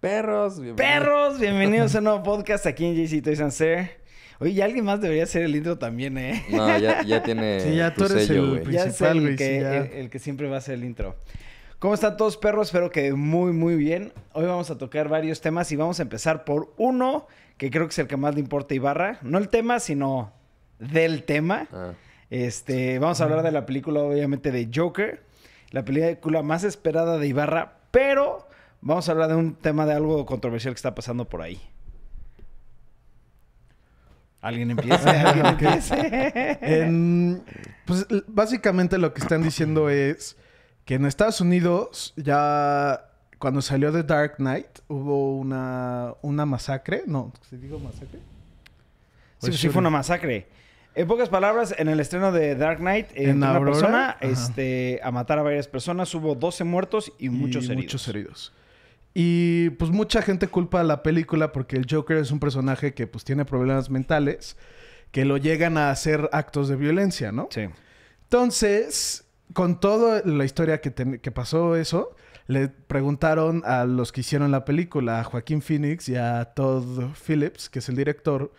Perros, bienvenidos. Perros, bienvenidos a un nuevo podcast aquí en JC Toys and Sir. Oye, y alguien más debería hacer el intro también, ¿eh? No, ya, ya tiene. Sí, ya tu tú eres sello, el güey. Ya es Principal, el güey, que, sí, ya. el- el que siempre va a hacer el intro. ¿Cómo están todos, perros? Espero que muy, muy bien. Hoy vamos a tocar varios temas y vamos a empezar por uno que creo que es el que más le importa a Ibarra. No el tema, sino del tema. Ah. Este, vamos a hablar de la película, obviamente, de Joker, la película más esperada de Ibarra, pero vamos a hablar de un tema de algo controversial que está pasando por ahí. Alguien empiece, alguien empiece. En- pues l- básicamente lo que están diciendo es que en Estados Unidos ya cuando salió The Dark Knight hubo una, una masacre. No, ¿se digo masacre? Sí, pues sí fue una masacre. En pocas palabras, en el estreno de Dark Knight, eh, En entró una Aurora, persona ajá. este, a matar a varias personas, hubo 12 muertos y muchos heridos. Muchos heridos. Y pues mucha gente culpa a la película porque el Joker es un personaje que pues tiene problemas mentales que lo llegan a hacer actos de violencia, ¿no? Sí. Entonces, con toda la historia que, ten- que pasó eso, le preguntaron a los que hicieron la película, a Joaquín Phoenix y a Todd Phillips, que es el director,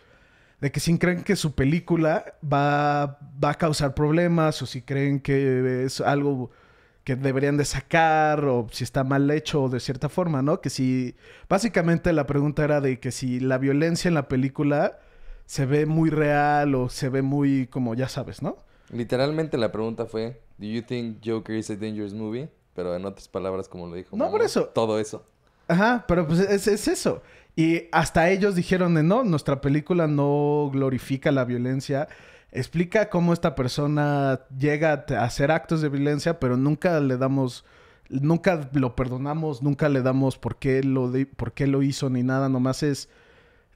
de que si creen que su película va, va a causar problemas o si creen que es algo que deberían de sacar o si está mal hecho o de cierta forma, ¿no? Que si básicamente la pregunta era de que si la violencia en la película se ve muy real o se ve muy como ya sabes, ¿no? Literalmente la pregunta fue: ¿Do you think Joker is a dangerous movie? Pero en otras palabras, como lo dijo. No, por eso. Todo eso. Ajá, pero pues es, es eso. Y hasta ellos dijeron, de, no, nuestra película no glorifica la violencia. Explica cómo esta persona llega a t- a hacer actos de violencia, pero nunca le damos, nunca lo perdonamos, nunca le damos por qué lo, di- por qué lo hizo ni nada. Nomás es,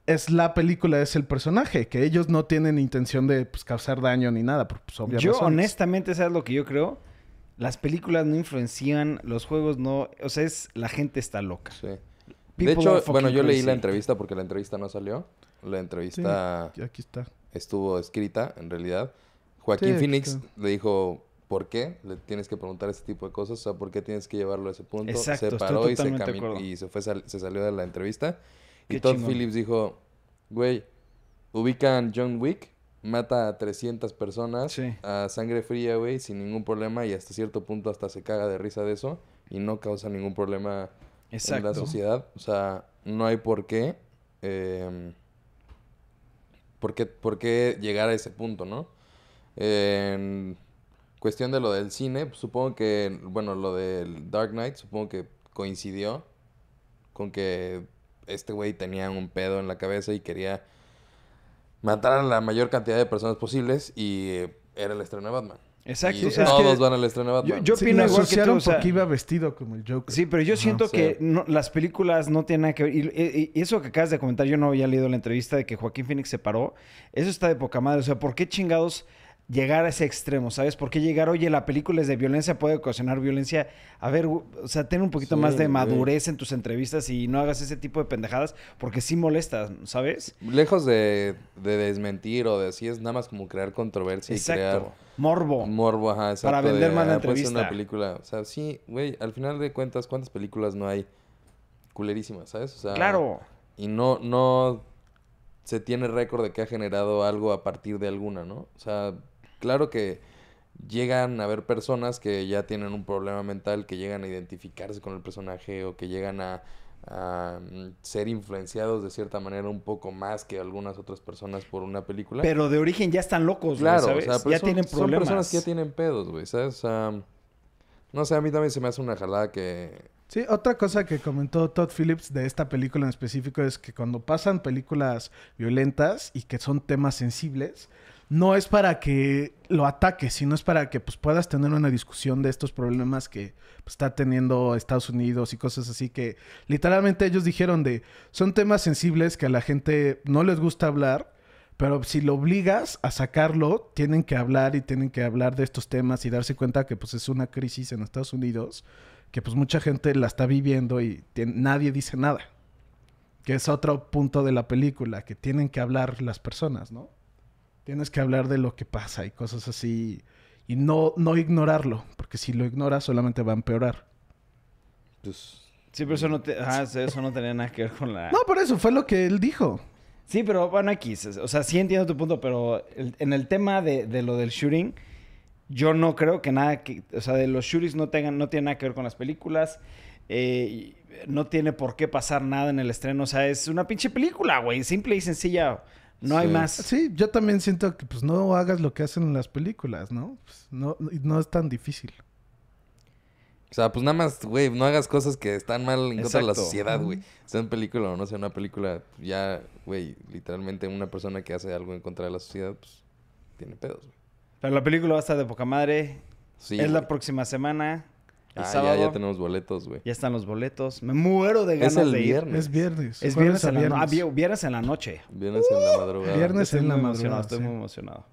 es la película, es el personaje, que ellos no tienen intención de pues, causar daño ni nada, por pues, obvias Yo, razones. honestamente, ¿sabes lo que yo creo? Las películas no influencian, los juegos no. O sea, es la gente está loca. Sí. People de hecho, are fucking bueno, yo leí crazy. la entrevista porque la entrevista no salió. La Sí, entrevista aquí está. estuvo escrita, en realidad. Joaquín aquí Phoenix está. le dijo, ¿por qué le tienes que preguntar ese tipo de cosas? O sea, ¿por qué tienes que llevarlo a ese punto? Exacto, se estoy paró y se, totalmente de cami- acuerdo. y se, fue, sal- se salió de la entrevista. Y Qué Todd chingón. Phillips dijo, güey, ubican John Wick, mata a 300 personas Sí. a sangre fría, güey, sin ningún problema. Y hasta cierto punto hasta se caga de risa de eso. Y no causa ningún problema en la Exacto. sociedad. O sea, no hay por qué. eh, por, qué por qué llegar a ese punto, ¿no? En cuestión de lo del cine, pues, supongo que, bueno, lo del Dark Knight, supongo que coincidió con que este güey tenía un pedo en la cabeza y quería matar a la mayor cantidad de personas posibles y eh, era el estreno de Batman. Exacto, Y o sea, es todos que van al estreno de Batman. Yo Sí, opino lo igual que tú, asociaron o sea- porque iba vestido como el Joker. Sí, pero yo Ajá. siento sí. que no- las películas no tienen nada que ver. Y, y- y eso que acabas de comentar, yo no había leído la entrevista de que Joaquín Phoenix se paró. Eso está de poca madre. O sea, ¿por qué chingados llegar a ese extremo? ¿Sabes? ¿Por qué llegar, oye, la película es de violencia, puede ocasionar violencia? A ver, güey, o sea, ten un poquito Sí, más de güey. madurez en tus entrevistas y no hagas ese tipo de pendejadas porque sí molestas, ¿sabes? Lejos de, de desmentir o de así, es nada más como crear controversia y Exacto. crear Morbo. morbo, ajá, exacto, vender de, más la "Ah, puede ser entrevista". una película, o sea, sí, güey, al final de cuentas, ¿cuántas películas no hay culerísimas, sabes? O sea, Claro. Y no, no se tiene récord de que ha generado algo a partir de alguna, ¿no? O sea, claro que llegan a haber personas que ya tienen un problema mental, que llegan a identificarse con el personaje o que llegan a, a, mm, ser influenciados de cierta manera un poco más que algunas otras personas por una película. Pero de origen ya están locos, güey, claro, ¿sabes? o sea, pero ya son, tienen son problemas. personas que ya tienen pedos, güey, ¿sabes? O sea, no sé, a mí también se me hace una jalada que... Sí, otra cosa que comentó Todd Phillips de esta película en específico es que cuando pasan películas violentas y que son temas sensibles, no es para que lo ataques, sino es para que pues, puedas tener una discusión de estos problemas que pues, está teniendo Estados Unidos y cosas así que literalmente ellos dijeron de son temas sensibles que a la gente no les gusta hablar, pero si lo obligas a sacarlo, tienen que hablar y tienen que hablar de estos temas y darse cuenta que pues es una crisis en Estados Unidos que pues mucha gente la está viviendo y tien- nadie dice nada. Que es otro punto de la película, que tienen que hablar las personas, ¿no? Tienes que hablar de lo que pasa y cosas así y no, no ignorarlo, porque si lo ignoras solamente va a empeorar. Pues, Sí, pero eso no, te- ajá, eso no tenía nada que ver con la... No, por eso fue lo que él dijo. Sí, pero bueno, aquí, s- o sea, sí entiendo tu punto, pero el- en el tema de, de lo del shooting, yo no creo que nada, que, o sea, de los shootings no, tengan, no tiene nada que ver con las películas, eh, y no tiene por qué pasar nada en el estreno, o sea, es una pinche película, güey, simple y sencilla, no hay Sí. más. Sí, yo también siento que pues no hagas lo que hacen en las películas, ¿no? Pues, no, no es tan difícil. O sea, pues nada más, güey, no hagas cosas que están mal en contra de la Exacto. sociedad, güey. Sea en película o no sea una película, ya, güey, literalmente una persona que hace algo en contra de la sociedad, pues, tiene pedos, güey. Pero la película va a estar de poca madre, Sí, es la güey. próxima semana, el Ah, sábado, ya, ya, ya tenemos boletos, güey. están los boletos, me muero de ganas Es el de ir. viernes. Es viernes. Es Jueves viernes a en la no- ah, vi- viernes en la noche. Viernes en Uh, la madrugada. viernes. Estoy en la muy madrugada, emocionado, estoy sí. muy emocionado.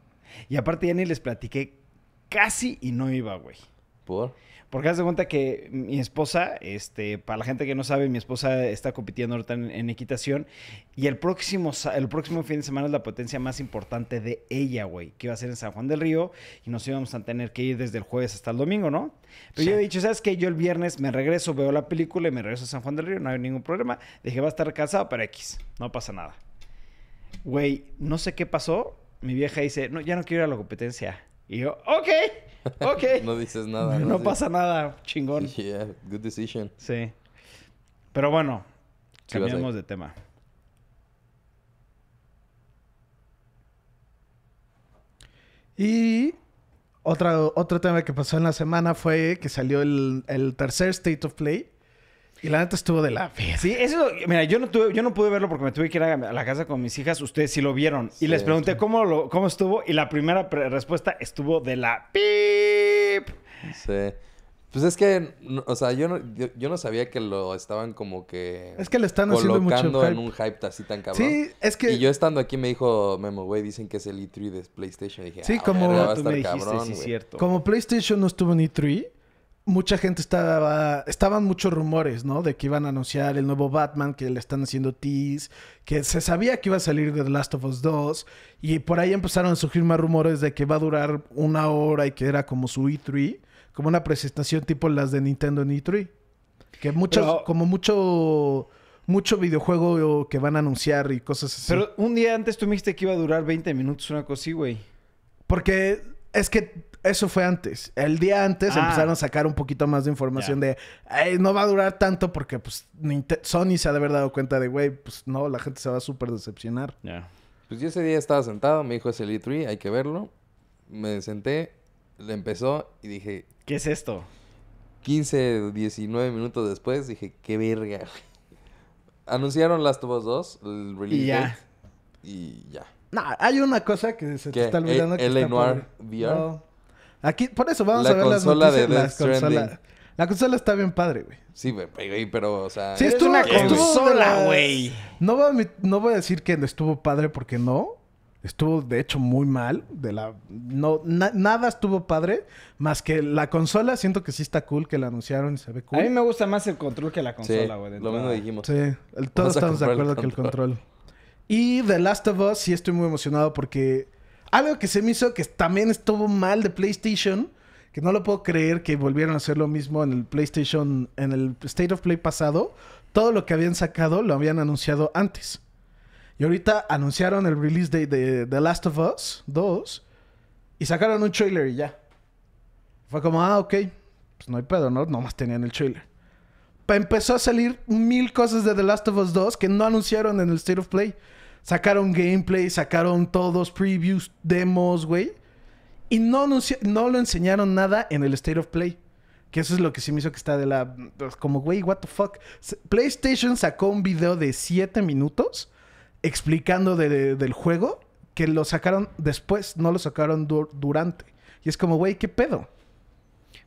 Y aparte ya ni les platiqué, casi y no iba, güey. ¿Por? Porque haz de cuenta que mi esposa, este, para la gente que no sabe, mi esposa está compitiendo ahorita en, en equitación y el próximo, sa- el próximo fin de semana es la potencia más importante de ella, güey, que iba a ser en San Juan del Río y nos íbamos a tener que ir desde el jueves hasta el domingo, ¿no? Pero yo he dicho, ¿sabes qué? Yo el viernes me regreso, veo la película y me regreso a San Juan del Río, no hay ningún problema. Dije, va a estar cansado, pero X, no pasa nada. Güey, no sé qué pasó. Mi vieja dice, no, ya no quiero ir a la competencia. Y yo, ok, ok. No dices nada. No, Sí. pasa nada, chingón. Sí. Yeah, good decision. Pero bueno, Sí, vas a ir. cambiamos de tema. Y otra, otro tema que pasó en la semana fue que salió el, el tercer State of Play. Y la neta estuvo de la fe. Sí, eso, mira, yo no tuve, yo no pude verlo porque me tuve que ir a, a la casa con mis hijas. Ustedes sí lo vieron. Sí. y les pregunté cómo, lo, cómo estuvo y la primera pre- respuesta estuvo de la pip. Sí. Pues es que, no- o sea, yo no, yo, yo no sabía que lo estaban como que... Es que le están haciendo mucho colocando en hype. un hype así tan cabrón. Sí, es que... Y yo estando aquí me dijo Memo, güey, dicen que es el E3 de PlayStation. Y dije, Sí, "Ah, como verga, va a Tú estar me dijiste, cabrón, sí, güey". cierto. Como PlayStation no estuvo en E3, mucha gente estaba. Estaban muchos rumores, ¿no? De que iban a anunciar el nuevo Batman, que le están haciendo tease, que se sabía que iba a salir de The Last of Us 2. Y por ahí empezaron a surgir más rumores de que va a durar una hora y que era como su E3, como una presentación tipo las de Nintendo en E3. Que muchos, Pero- como mucho. Mucho videojuego que van a anunciar y cosas así. Pero un día antes tú me dijiste que iba a durar 20 minutos, una cosa así, güey. Porque es que eso fue antes. El día antes Ah. empezaron a sacar un poquito más de información Ya. de "Ay, no va a durar tanto porque pues Ninte- Sony se ha de haber dado cuenta de güey, pues no, la gente se va a súper decepcionar. Ya. Pues yo ese día estaba sentado, me dijo, es el E3, hay que verlo. Me senté, le empezó y dije, ¿Qué es esto? 15, 19 minutos después, dije, qué verga. güey". Anunciaron Last of Us 2, el release Y ya. date, y ya. No, hay una cosa que se ¿Qué? te está olvidando. ¿E- que LA está Noire padre. VR? No. Aquí, por eso vamos La a ver las consola de noticias. las Death consola- Stranding. La consola está bien padre, güey. Sí, güey, güey, pero, o sea... Sí, Eres estuvo, una ¿Qué, güey? estuvo de consola, las- güey. No, voy a admit- no voy a decir que estuvo padre porque no. Estuvo, de hecho, muy mal. De la, no, na- nada estuvo padre. Más que la consola, siento que sí está cool, que la anunciaron y se ve cool. A mí me gusta más el control que la sí, consola, güey. de lo mismo entrada. dijimos. Sí, el- Vamos todos a estamos de comprar el acuerdo que el control. control. Y The Last of Us, sí estoy muy emocionado porque algo que se me hizo que también estuvo mal de PlayStation, que no lo puedo creer que volvieron a hacer lo mismo en el PlayStation, en el State of Play pasado, todo lo que habían sacado lo habían anunciado antes. Y ahorita anunciaron el release date de The Last of Us 2 y sacaron un trailer y ya. Fue como, ah, ok, pues no hay pedo, ¿no? Nomás tenían el trailer. Pa- empezó a salir mil cosas de The Last of Us 2 que no anunciaron en el State of Play. Sacaron gameplay, sacaron todos, previews, demos, güey. Y no, anunci- no lo enseñaron nada en el State of Play. Que eso es lo que se me hizo que está de la... pues, Como, güey, what the fuck. S- PlayStation sacó un video de 7 minutos explicando de- de- del juego que lo sacaron después, no lo sacaron dur- durante. Y es como, güey, ¿qué pedo?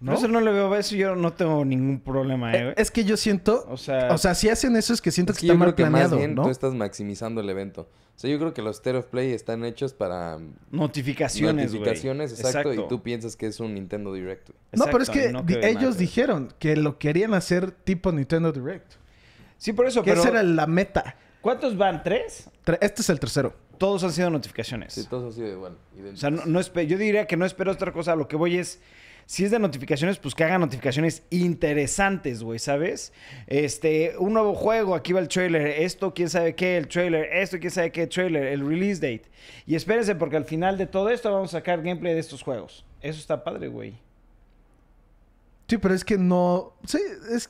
Pero eso no le veo, eso yo no tengo ningún problema, eh, Eh, güey. Es que yo siento... O sea, O sea, si hacen eso es que siento Es que yo está mal creo que planeado, más bien ¿no? tú estás maximizando el evento. O sea, yo creo que los State of Play están hechos para mm, notificaciones, güey. notificaciones, exacto, y tú piensas que es un Nintendo Direct. güey. No, pero es Exacto, que y no di- queda ellos nada. dijeron que lo querían hacer tipo Nintendo Direct. Sí, por eso, Que pero esa era la meta. ¿cuántos van? ¿Tres? Tre- Este es el tercero. Todos han sido notificaciones. Sí, todos así de, bueno, O sea, no, no espe- yo diría que no espero otra cosa. Lo que voy es, Si es de notificaciones, pues que hagan notificaciones interesantes, güey, ¿sabes? Este, un nuevo juego, aquí va el trailer, esto, quién sabe qué, el trailer, esto, quién sabe qué, el trailer, el release date. Y espérense porque al final de todo esto vamos a sacar gameplay de estos juegos. Eso está padre, güey. Sí, pero es que no. Sí, es.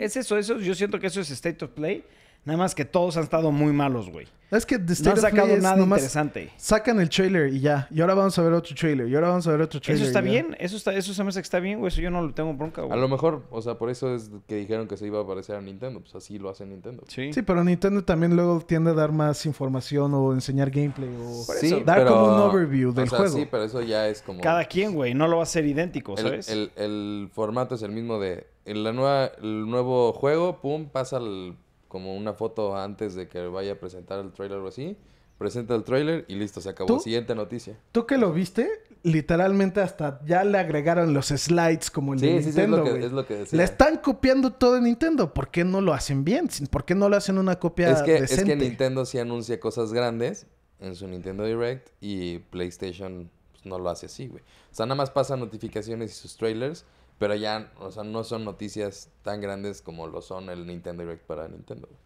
Es eso, eso, yo siento que eso es State of Play. Nada más que todos han estado muy malos, güey. Es que The No han State of Play sacado es nada nomás interesante. Sacan el trailer y ya. Y ahora vamos a ver otro trailer. Y ahora vamos a ver otro trailer. Eso está y ya. bien, eso está, eso se me hace que está bien, güey. Eso yo no lo tengo bronca, A güey. lo mejor, o sea, por eso es que dijeron que se iba a parecer a Nintendo. Pues así lo hace Nintendo. Sí, pero Nintendo también luego tiende a dar más información o enseñar gameplay o Por eso, dar como un overview o del sea, juego. Sí, pero eso ya es como... pues, Cada quien, güey, no lo va a ser idéntico, el, ¿sabes? el, el formato es el mismo de... En la nueva, el nuevo juego, pum, pasa el- como una foto antes de que vaya a presentar el trailer o así. Presenta el trailer y listo, se acabó. ¿Tú? Siguiente noticia. Tú que lo viste, literalmente hasta ya le agregaron los slides como el Sí, de sí, sí, es Nintendo. lo que- güey. es lo que decía. Le están copiando todo a Nintendo. ¿Por qué no lo hacen bien? ¿Por qué no le hacen una copia Es que, es que decente? Nintendo sí anuncia cosas grandes en su Nintendo Direct y PlayStation pues, no lo hace así, güey. O sea, nada más pasa notificaciones y sus trailers, pero ya, o sea, no son noticias tan grandes como lo son el Nintendo Direct para Nintendo. güey.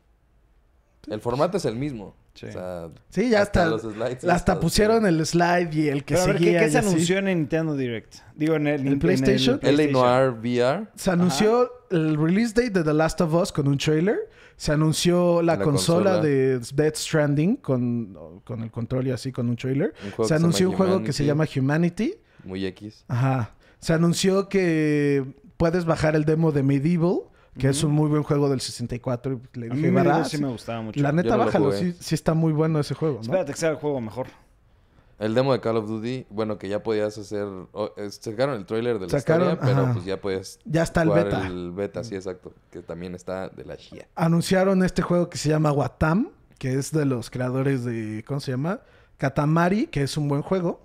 El formato es el mismo. Sí. O sea, Sí, ya hasta, los slides, hasta pusieron el slide y el que Pero a ver, ¿qué, seguía qué y se así. anunció en el Nintendo Direct? Digo, en el, ¿El en PlayStation? el Noir VR. Se anunció el release date de The Last of Us con un trailer. Se anunció la, La consola, consola. de Death Stranding con, con el control y así con un trailer. Un juego se que se anunció llama un juego que se llama Humanity. Humanity. Muy X. Ajá. Se anunció que puedes bajar el demo de Medieval, que es un muy buen juego del 64. y Le A dije, mí me dijo, "Barato". sí me gustaba mucho. La neta, no lo bájalo. jugué. Sí, sí está muy bueno ese juego, ¿no? Espérate que sea el juego mejor. El demo de Call of Duty, bueno, que ya podías hacer... o- eh, sacaron el trailer de la Sacaron, historia, pero ajá. pues ya podías... Ya está el jugar beta. El beta, sí, exacto. Que también está de la shit. Anunciaron este juego que se llama Watam, que es de los creadores de... ¿Cómo se llama? Katamari, que es un buen juego.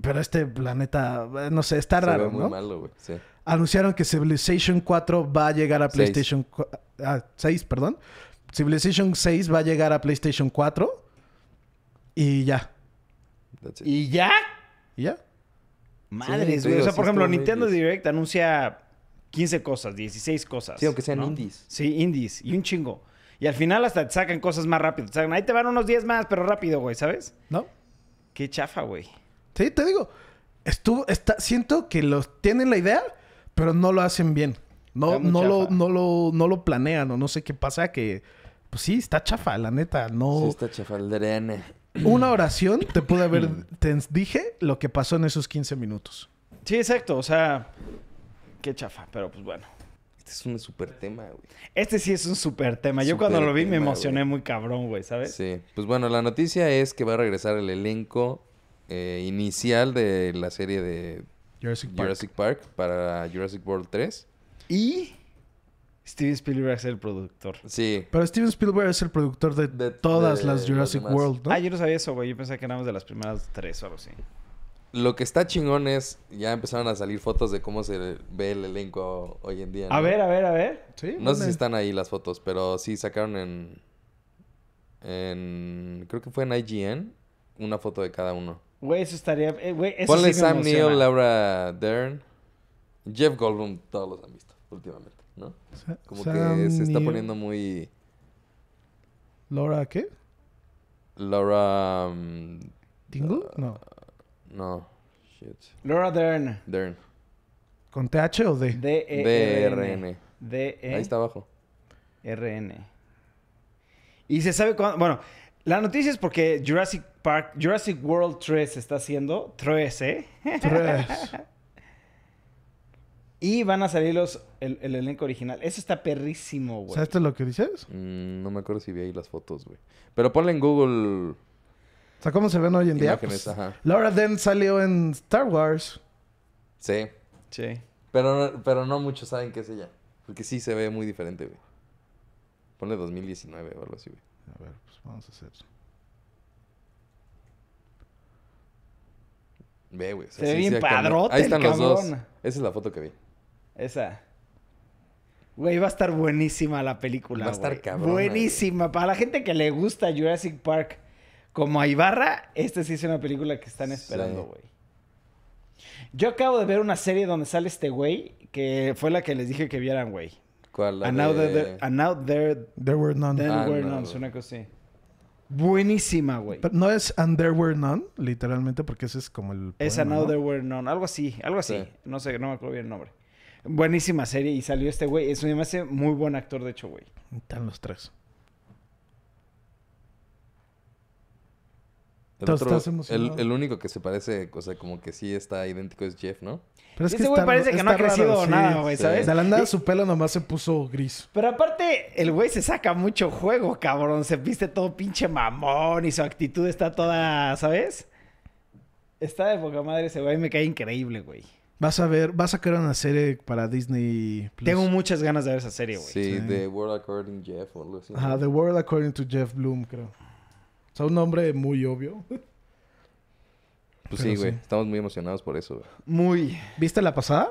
Pero este planeta, no sé, está Se raro, ve muy ¿no? malo, güey. Sí. Anunciaron que Civilization 4 va a llegar a Seis. PlayStation 4, ah, 6, perdón. Civilization 6 va a llegar a PlayStation 4 y ya. That's it. ¿Y ya? ¿Y ya? Madres, te güey. O digo, sea, sí por ejemplo, estuvo muy Nintendo difícil. Direct anuncia 15 cosas, 16 cosas. Sí, aunque sean ¿no? indies. Sí, indies. Y un chingo. Y al final hasta te sacan cosas más rápido. Te sacan, ahí te van unos 10 más, pero rápido, güey, ¿sabes? ¿No? Qué chafa, güey. Sí, te digo. Estuvo, está, siento que los tienen la idea, pero no lo hacen bien. No, Está muy no, lo, chafa. no, lo, no lo planean o no sé qué pasa que... Pues sí, está chafa, la neta. Sí, No... está chafaldrana. Una oración te pude haber... Mm. Te dije lo que pasó en esos 15 minutos. Sí, exacto. O sea, qué chafa, pero pues bueno. Este es un super tema, güey. Este sí es un súper tema. Yo Súper cuando lo vi me tema, emocioné güey. muy cabrón, güey, ¿sabes? Sí. Pues bueno, la noticia es que va a regresar el elenco eh, inicial de la serie de Jurassic Park. Jurassic Park para Jurassic World 3. Y Steven Spielberg es el productor. Sí. Pero Steven Spielberg es el productor de, De- todas de las los Jurassic demás. World, ¿no? Ah, yo no sabía eso, güey. Yo pensaba que éramos de las primeras tres o algo así. Lo que está chingón es, ya empezaron a salir fotos de cómo se ve el elenco hoy en día. A ¿no? ver, a ver, a ver. Sí, No sé si ¿dónde? están ahí las fotos, pero sí sacaron en. En. Creo que fue en IGN. Una foto de cada uno. Güey, eso estaría... eh, Güey, eso Ponle sí me Sam emociona. Neill, Laura Dern, Jeff Goldblum, todos los han visto últimamente, ¿no? Sa- Como Sam que se está Neill. poniendo muy ¿Laura qué? Laura mm, ¿Tingle? No. no, shit. Laura Dern. Dern. ¿Con TH o D? d e r n DRN. ¿Eh? Ahí está abajo. RN. Y se sabe cuándo. Bueno, la noticia es porque Jurassic Park, Jurassic World 3 se está haciendo. 3, ¿eh? Tres. Y van a salir los, el, el elenco original. Eso está perrísimo, güey. ¿Sabes lo que dices? Mm, no me acuerdo si vi ahí las fotos, güey. Pero ponle en Google O sea, ¿cómo se ven hoy en día? Imágenes, Pues, ajá. Laura Dern salió en Star Wars. sí, Sí. pero pero no muchos saben qué es ella, porque sí se ve muy diferente, güey. Ponle 2019 o algo así, güey. A ver, pues vamos a hacer. Ve, güey. o sea, Se ve sí, bien sí ha cambiado. padrote Ahí el están los dos. Esa cabrón. es la foto que vi. Esa. Güey, va a estar buenísima la película. Va a estar güey. cabrona, Buenísima. Para la gente que le gusta Jurassic Park como a Ibarra, esta sí es una película que están Sí. esperando, güey. Yo acabo de ver una serie donde sale este güey, que fue la que les dije que vieran, güey. ¿Cuál? La And out, de- there, and out there, There were none. then Ah, were no, none, güey. una cosa así. Buenísima, güey. Pero no es and there were none, literalmente, porque ese es como el. Es poema, ¿no? Another Were None, algo así, algo así. Sí. No sé, no me acuerdo bien el nombre. Buenísima serie y salió este güey. Es un me hace muy buen actor, de hecho, güey. Están los tres. El, Todos otro- estás emocionado. el, el único que se parece, o sea, como que sí está idéntico es Jeff, ¿no? Pero Ese güey parece que no ha crecido nada, güey, sí. ¿sabes? De la nada su pelo nomás se puso gris. Pero aparte, el güey se saca mucho juego, cabrón. Se viste todo pinche mamón y su actitud está toda, ¿sabes? Está de poca madre ese güey, me cae increíble, güey. Vas a ver, vas a crear una serie para Disney Plus. Tengo muchas ganas de ver esa serie, güey. Sí, Sí. The World According Jeff o algo así. Ajá, ¿no? The World According to Jeff Bloom, creo. O sea, un nombre muy obvio. Pues sí, pero güey. sí. Estamos muy emocionados por eso, güey. Muy. ¿Viste la pasada?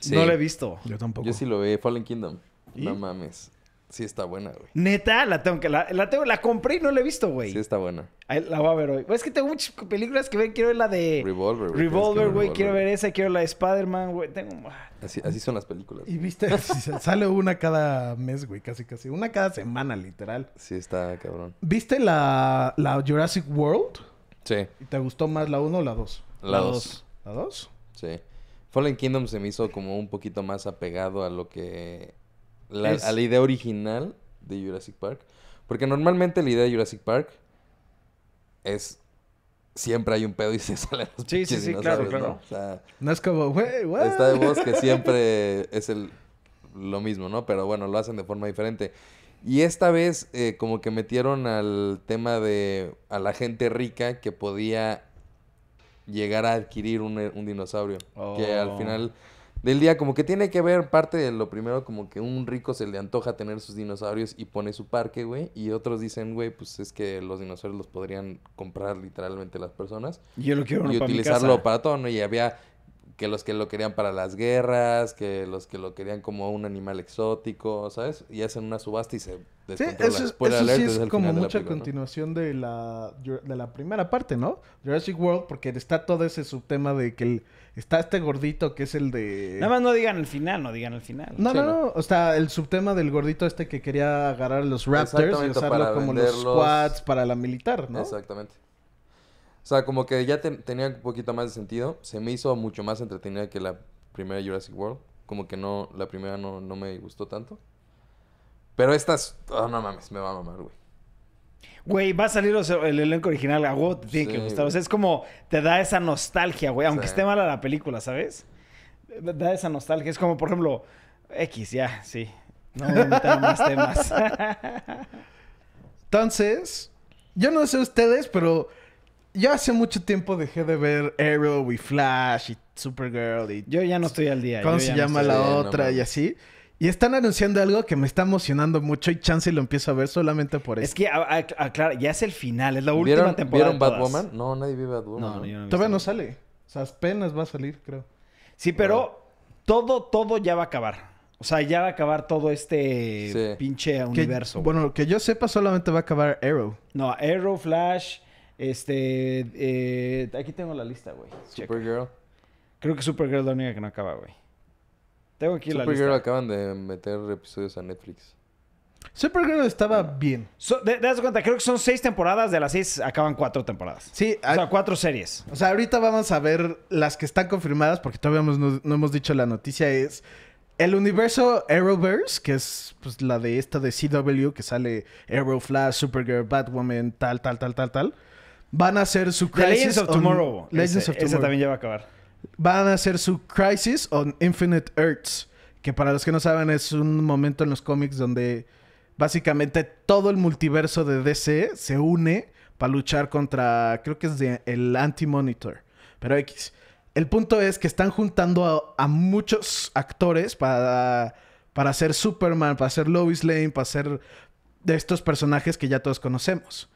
Sí. No la he visto. Yo tampoco. Yo sí lo vi, Fallen Kingdom. ¿Y? No mames. Sí está buena, güey. Neta, la tengo que. La, la tengo, la compré y no la he visto, güey. Sí está buena. Ahí La voy a ver hoy. Es que tengo muchas películas que ver. Quiero ver la de. Revolver, güey. tienes que Eh, Revolver, ver güey. Quiero ver Revolver. esa. Quiero la de Spider-Man, güey. Tengo. ah, Así, así son las películas. Y viste, sale una cada mes, güey, casi casi. Una cada semana, literal. Sí está cabrón. ¿Viste la, la Jurassic World? Sí, ¿Y te gustó más la 1 o la 2? la 2. ¿La 2? Sí. Fallen Kingdom se me hizo como un poquito más apegado a lo que... la- Es- A la idea original de Jurassic Park. Porque normalmente la idea de Jurassic Park es... Siempre hay un pedo y se salen los Sí, sí, pinches sí, claro, dinosaurios, ¿no? claro. O sea, No es como, güey, güey. Está de bosque siempre es el, lo mismo, ¿no? Pero bueno, lo hacen de forma diferente. Y esta vez eh, como que metieron al tema de a la gente rica que podía llegar a adquirir un, un dinosaurio. Que Oh. al final del día como que tiene que ver parte de lo primero como que un rico se le antoja tener sus dinosaurios y pone su parque, güey. Y otros dicen, güey, pues es que los dinosaurios los podrían comprar literalmente las personas Yo lo quiero uno y para mi utilizarlo casa. para todo, ¿no? Y había que los que lo querían para las guerras, que los que lo querían como un animal exótico, ¿sabes? Y hacen una subasta y se Sí, descontrola. eso, es- Spoiler eso alert, sí es el como final de la mucha película, ¿no? continuación de la, de la primera parte, ¿no? Jurassic World, porque está todo ese subtema de que el- está este gordito que es el de... Nada más no digan el final, no digan el final. No, Sí, no, ¿no? no, o sea, el subtema del gordito este que quería agarrar a los Raptors y Exactamente, usarlo para como los venderlos. squads para la militar, ¿no? Exactamente. O sea, como que ya te- tenía un poquito más de sentido. Se me hizo mucho más entretenida que la primera Jurassic World. Como que no, la primera no, no me gustó tanto. Pero estas, ah, no mames, me va a mamar, güey. Güey, va a salir o sea, el elenco original. A huevo te tiene Sí, que gustar. güey. O sea, es como te da esa nostalgia, güey. Aunque Sí. esté mala la película, ¿sabes? Da esa nostalgia. Es como, por ejemplo, X, ya, sí. No voy a meter más temas. Entonces, yo no sé ustedes, pero yo hace mucho tiempo dejé de ver Arrow y Flash y Supergirl y Yo ya no estoy al día. ¿Cómo yo se ya no llama estoy- la sé, no otra y mames. así? Y están anunciando algo que me está emocionando mucho y chance lo empiezo a ver solamente por Es eso. que, a- a- aclara, ya es el final. Es la última ¿Vieron, temporada. ¿vieron de todas. Batwoman? No, nadie vio Batwoman. No, ¿no? yo no he Todavía visto. no sale. O sea, apenas va a salir, creo. Sí, pero todo, todo ya va a acabar. O sea, ya va a acabar todo este Sí. pinche Que- universo. güey. Bueno, que yo sepa, solamente va a acabar Arrow. No, Arrow, Flash, este... eh, aquí tengo la lista, güey. Checa. Supergirl. Creo que Supergirl es la única que no acaba, güey. Tengo aquí la Supergirl lista. acaban de meter episodios a Netflix. Supergirl estaba bien. So- de- ¿Te das cuenta? Creo que son seis temporadas. De las seis acaban cuatro temporadas. Sí, O Ah. sea, a- cuatro series. o sea, ahorita vamos a ver las que están confirmadas porque todavía hemos- no, no hemos dicho la noticia es el universo Arrowverse, que es pues, la de esta de CW que sale Arrow, Flash, Supergirl, Batwoman, tal, tal, tal, tal, tal. Van a hacer su The Crisis Legends of on- Tomorrow. Legends Ese- of Tomorrow. Esa también ya va a acabar. van a hacer su Crisis on Infinite Earths, que para los que no saben es un momento en los cómics donde básicamente todo el multiverso de DC se une para luchar contra, creo que es de- el Anti-Monitor, pero X. El punto es que están juntando a, a muchos actores para, para hacer Superman, para hacer Lois Lane, para hacer de estos personajes que ya todos conocemos.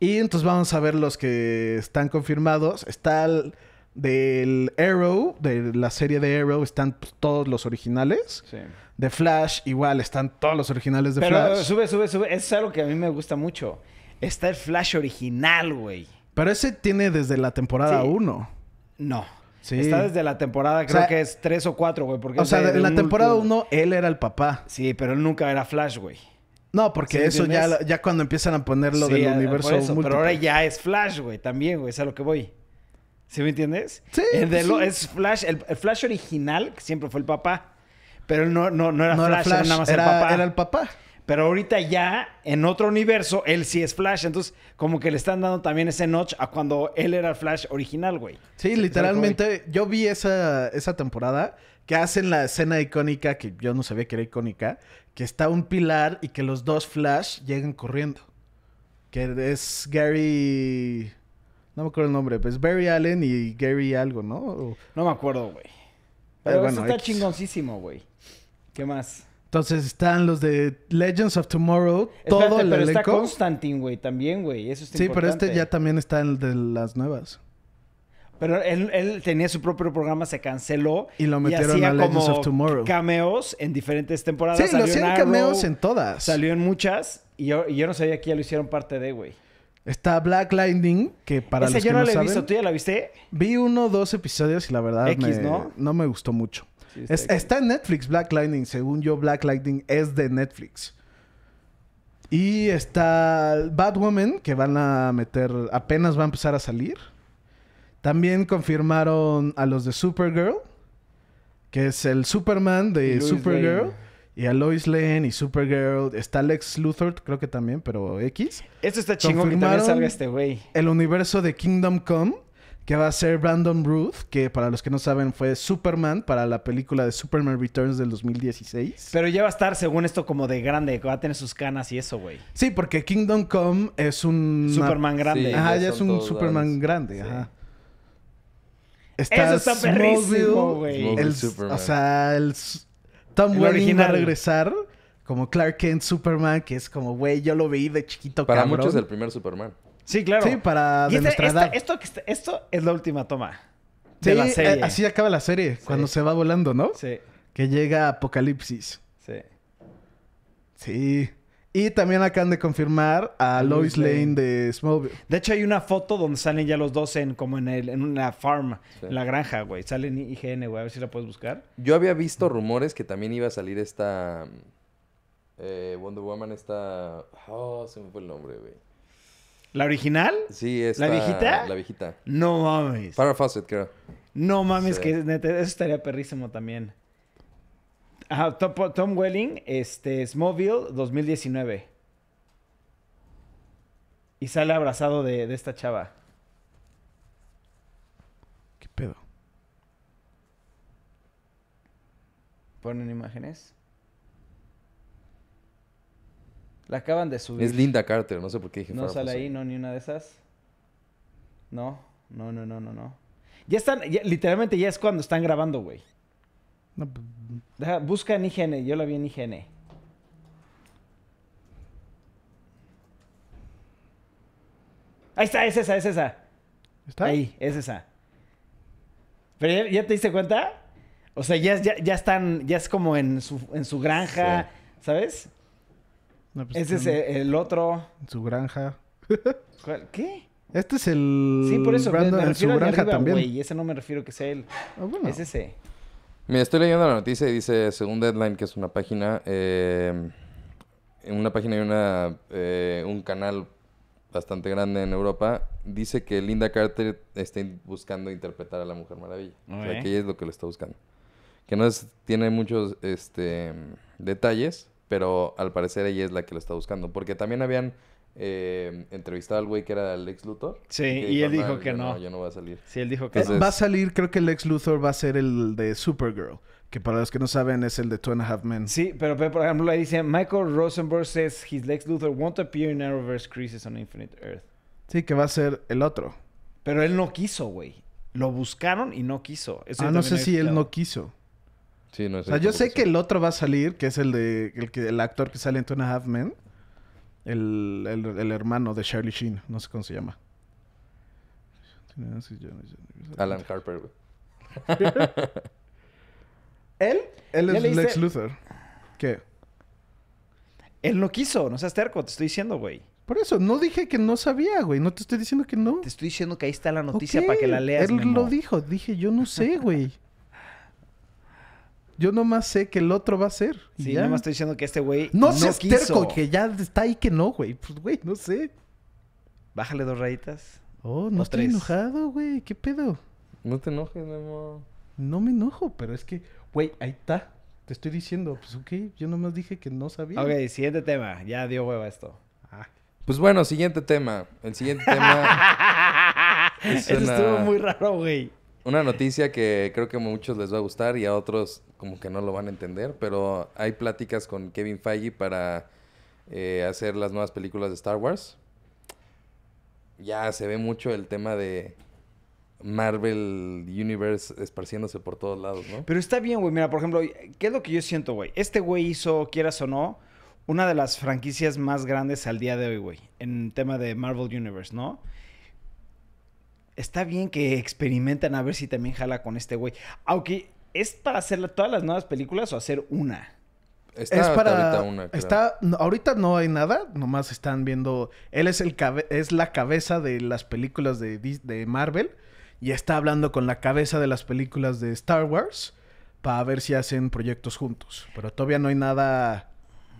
Y entonces vamos a ver los que están confirmados. Está el del Arrow, de la serie de Arrow, están pues, todos los originales. Sí. De Flash, igual, están todos los originales de Pero Flash. sube, sube, sube. Es algo que a mí me gusta mucho. Está el Flash original, güey. Pero ese tiene desde la temporada Sí. 1. No. Sí. Está desde la temporada, creo sea, que es tres o cuatro, güey. Porque O es sea, de- en de la un temporada último. 1 él era el papá. Sí, pero él nunca era Flash, güey. No, porque ¿Sí eso ya, entiendes? ya cuando empiezan a poner lo Sí, del a- por universo eso, múltiple. Pero ahora ya es Flash, güey, también, güey, es a lo que voy. ¿Sí me entiendes? Sí, pues El de sí. lo- es Flash, el, el Flash original, que siempre fue el papá. Pero él no, no, no era no Flash, era Flash, era nada más era, el papá. era el papá. Pero ahorita ya, en otro universo, él sí es Flash. Entonces, como que le están dando también ese notch a cuando él era el Flash original, güey. Sí, literalmente yo vi esa, esa temporada que hacen la escena icónica, que yo no sabía que era icónica, que está un pilar y que los dos Flash llegan corriendo. Que es Gary... No me acuerdo el nombre, pues Barry Allen y Gary algo, ¿no? O- No me acuerdo, güey. Pero bueno, eso está X. chingoncísimo, güey. ¿Qué más? Entonces están los de Legends of Tomorrow, todo Espérate, el pero está elenco. Constantine, güey, también, güey. Eso está Sí, pero este importante. ya también está en el de las nuevas. Pero él, él tenía su propio programa, se canceló. Y lo metieron hacía a Legends como of Tomorrow. Cameos en diferentes temporadas. Sí, lo Salió en hacían Arrow, cameos en todas. Salió en muchas. Y yo, y yo no sabía que ya lo hicieron parte de, güey. Está Black Lightning, que para Esa los yo que no no, la he saben... visto. ¿Tú ya la viste? Vi uno o dos episodios y la verdad X, me- ¿no? ¿no? me gustó mucho. Sí, Es- está está, en Netflix Black Lightning. Según yo, Black Lightning es de Netflix. Y está Batwoman, que van a meter... Apenas va a empezar a salir. También confirmaron a los de Supergirl, que es el Superman Y de Lois Supergirl. Lane. Y a Lois Lane y Supergirl. Está Lex Luthor, creo que también, pero X. Esto está chingón que también Confirmaron- salga este, güey. el universo de Kingdom Come, que va a ser Brandon Ruth, que para los que no saben fue Superman para la película de Superman Returns del 2016. Pero ya va a estar, según esto, como de grande. que Va a tener sus canas y eso, güey. sí, porque Kingdom Come es un... Superman grande. Sí. Ajá, ya ya es son un todos Superman grandes. grande, Sí. ajá. Eso está Smallville, perrísimo, güey. Smallville. el- Superman. O sea, el s- Tom El Welling va a original. regresar como Clark Kent Superman, que es como, güey, yo lo veí de Oh, chiquito, Para cabrón. muchos es el primer Superman. Sí, claro. Sí, para Y de esta- nuestra esta- edad. Esto, que está- esto es la última toma Sí, de la eh, serie. así acaba la serie, cuando se va volando, ¿no? Sí, Que llega Apocalipsis. sí. Sí. Y también acaban de confirmar a Lois Lois Lane. Lane de Smallville. De hecho, hay una foto donde salen ya los dos en como en, el, en una farm, Sí. en la granja, güey. Salen IGN, güey. A ver si la puedes buscar. Yo había Mm. visto rumores que también iba a salir esta mm, eh, Wonder Woman, esta... Oh, se me fue el nombre, güey. ¿La original? Sí, esta... viejita? La viejita. No mames. Farrah Fawcett, creo. No mames, Sí. que es neta, eso estaría perrísimo también. Ajá, Tom, Tom Welling, este, Smallville 2019. Y sale abrazado de, de esta chava. ¿Qué pedo? Ponen imágenes. La acaban de subir. Es Linda Carter, no sé por qué dije No Farrah sale Fawcett. ahí, no, ni una de esas. No, no, no, no, no, no. Ya están, ya- literalmente ya es cuando están grabando, güey. No, pues, Deja, busca en IGN, yo la vi en IGN. Ahí está, es esa, es esa. ¿Está? Ahí, es esa. Pero ya, ya te diste cuenta? O sea, ya, es- ya, ya están, ya es como en su, en su granja, ¿sabes? No, pues, Ese es en- eh, el otro. En su granja. ¿Cuál? ¿Qué? Este es el... Sí, por eso. Brandon me en su refiero al de granja arriba, también. güey, ese no me refiero que sea él. Ah, bueno. Es ese. Mira, estoy leyendo la noticia y dice, según Deadline, que es una página, eh, en una página y una, eh, un canal bastante grande en Europa, dice que Linda Carter está in- buscando interpretar a la Mujer Maravilla. O sea, Ok. que ella es lo que lo está buscando. Que no es- tiene muchos este, mm, detalles, pero al parecer ella es la que lo está buscando. Porque también habían eh, entrevistado al güey que era Alex Luthor. Sí, que y él dijo "No, que yo no". Yo no voy a salir. Sí, él dijo que. Entonces- no. Eh, Va a salir, creo que Lex Luthor va a ser el de Supergirl. Que para los que no saben es el de Two and a Half Men. Sí, pero ve, por ejemplo ahí dice Michael Rosenberg says his Lex Luthor won't appear in Arrowverse Crisis on Infinite Earth. Sí, que va a ser el otro. Pero él no quiso, güey. Lo buscaron y no quiso. Eso ah, yo no también sé había si él escuchado. no quiso. Sí, no O sea, yo sé que el otro va a salir, que es el de el, que, el actor que sale en Two and a Half Men. El, el- el hermano de Charlie Sheen, no sé cómo se llama. Alan Harper, güey. ¿Él? Él ¿Ya es leíste? Lex Luthor. ¿Qué? Él no quiso, no seas terco, te estoy diciendo, güey. Por eso, no dije que no sabía, güey. No te estoy diciendo que no. Te estoy diciendo que ahí está la noticia Ok, para que la leas. Él Memo. lo dijo. Dije, yo no sé, güey. Yo nomás sé que el otro va a ser. y Sí, ya. nada más estoy diciendo que este güey No, no, seas quiso. terco, que ya está ahí que no, güey. Pues, güey, no sé. Bájale dos rayitas. Oh, no O estoy tres. enojado, güey. ¿Qué pedo? No te enojes, Memo. No me enojo, pero es que, güey, ahí está. Te estoy diciendo, pues ok, yo nomás dije que no sabía. Ok, siguiente tema. Ya dio hueva esto. Pues bueno, siguiente tema. El siguiente tema, Eso una- estuvo muy raro, güey. una noticia que creo que a muchos les va a gustar y a otros como que no lo van a entender, pero hay pláticas con Kevin Feige para eh, hacer las nuevas películas de Star Wars. Ya se ve mucho el tema de Marvel Universe esparciéndose por todos lados, ¿no? Pero está bien, güey. Mira, por ejemplo, ¿qué es lo que yo siento, güey? Este güey hizo, quieras o no, una de las franquicias más grandes al día de hoy, güey. En tema de Marvel Universe, ¿no? Está bien que experimentan a ver si también jala con este güey. Aunque, ¿es para hacer la- todas las nuevas películas o hacer una? Está es hasta para ahorita una, creo. está no, ahorita no hay nada, nomás están viendo él es el cabe- es la cabeza de las películas de Dis- de Marvel y está hablando con la cabeza de las películas de Star Wars para ver si hacen proyectos juntos, pero todavía no hay nada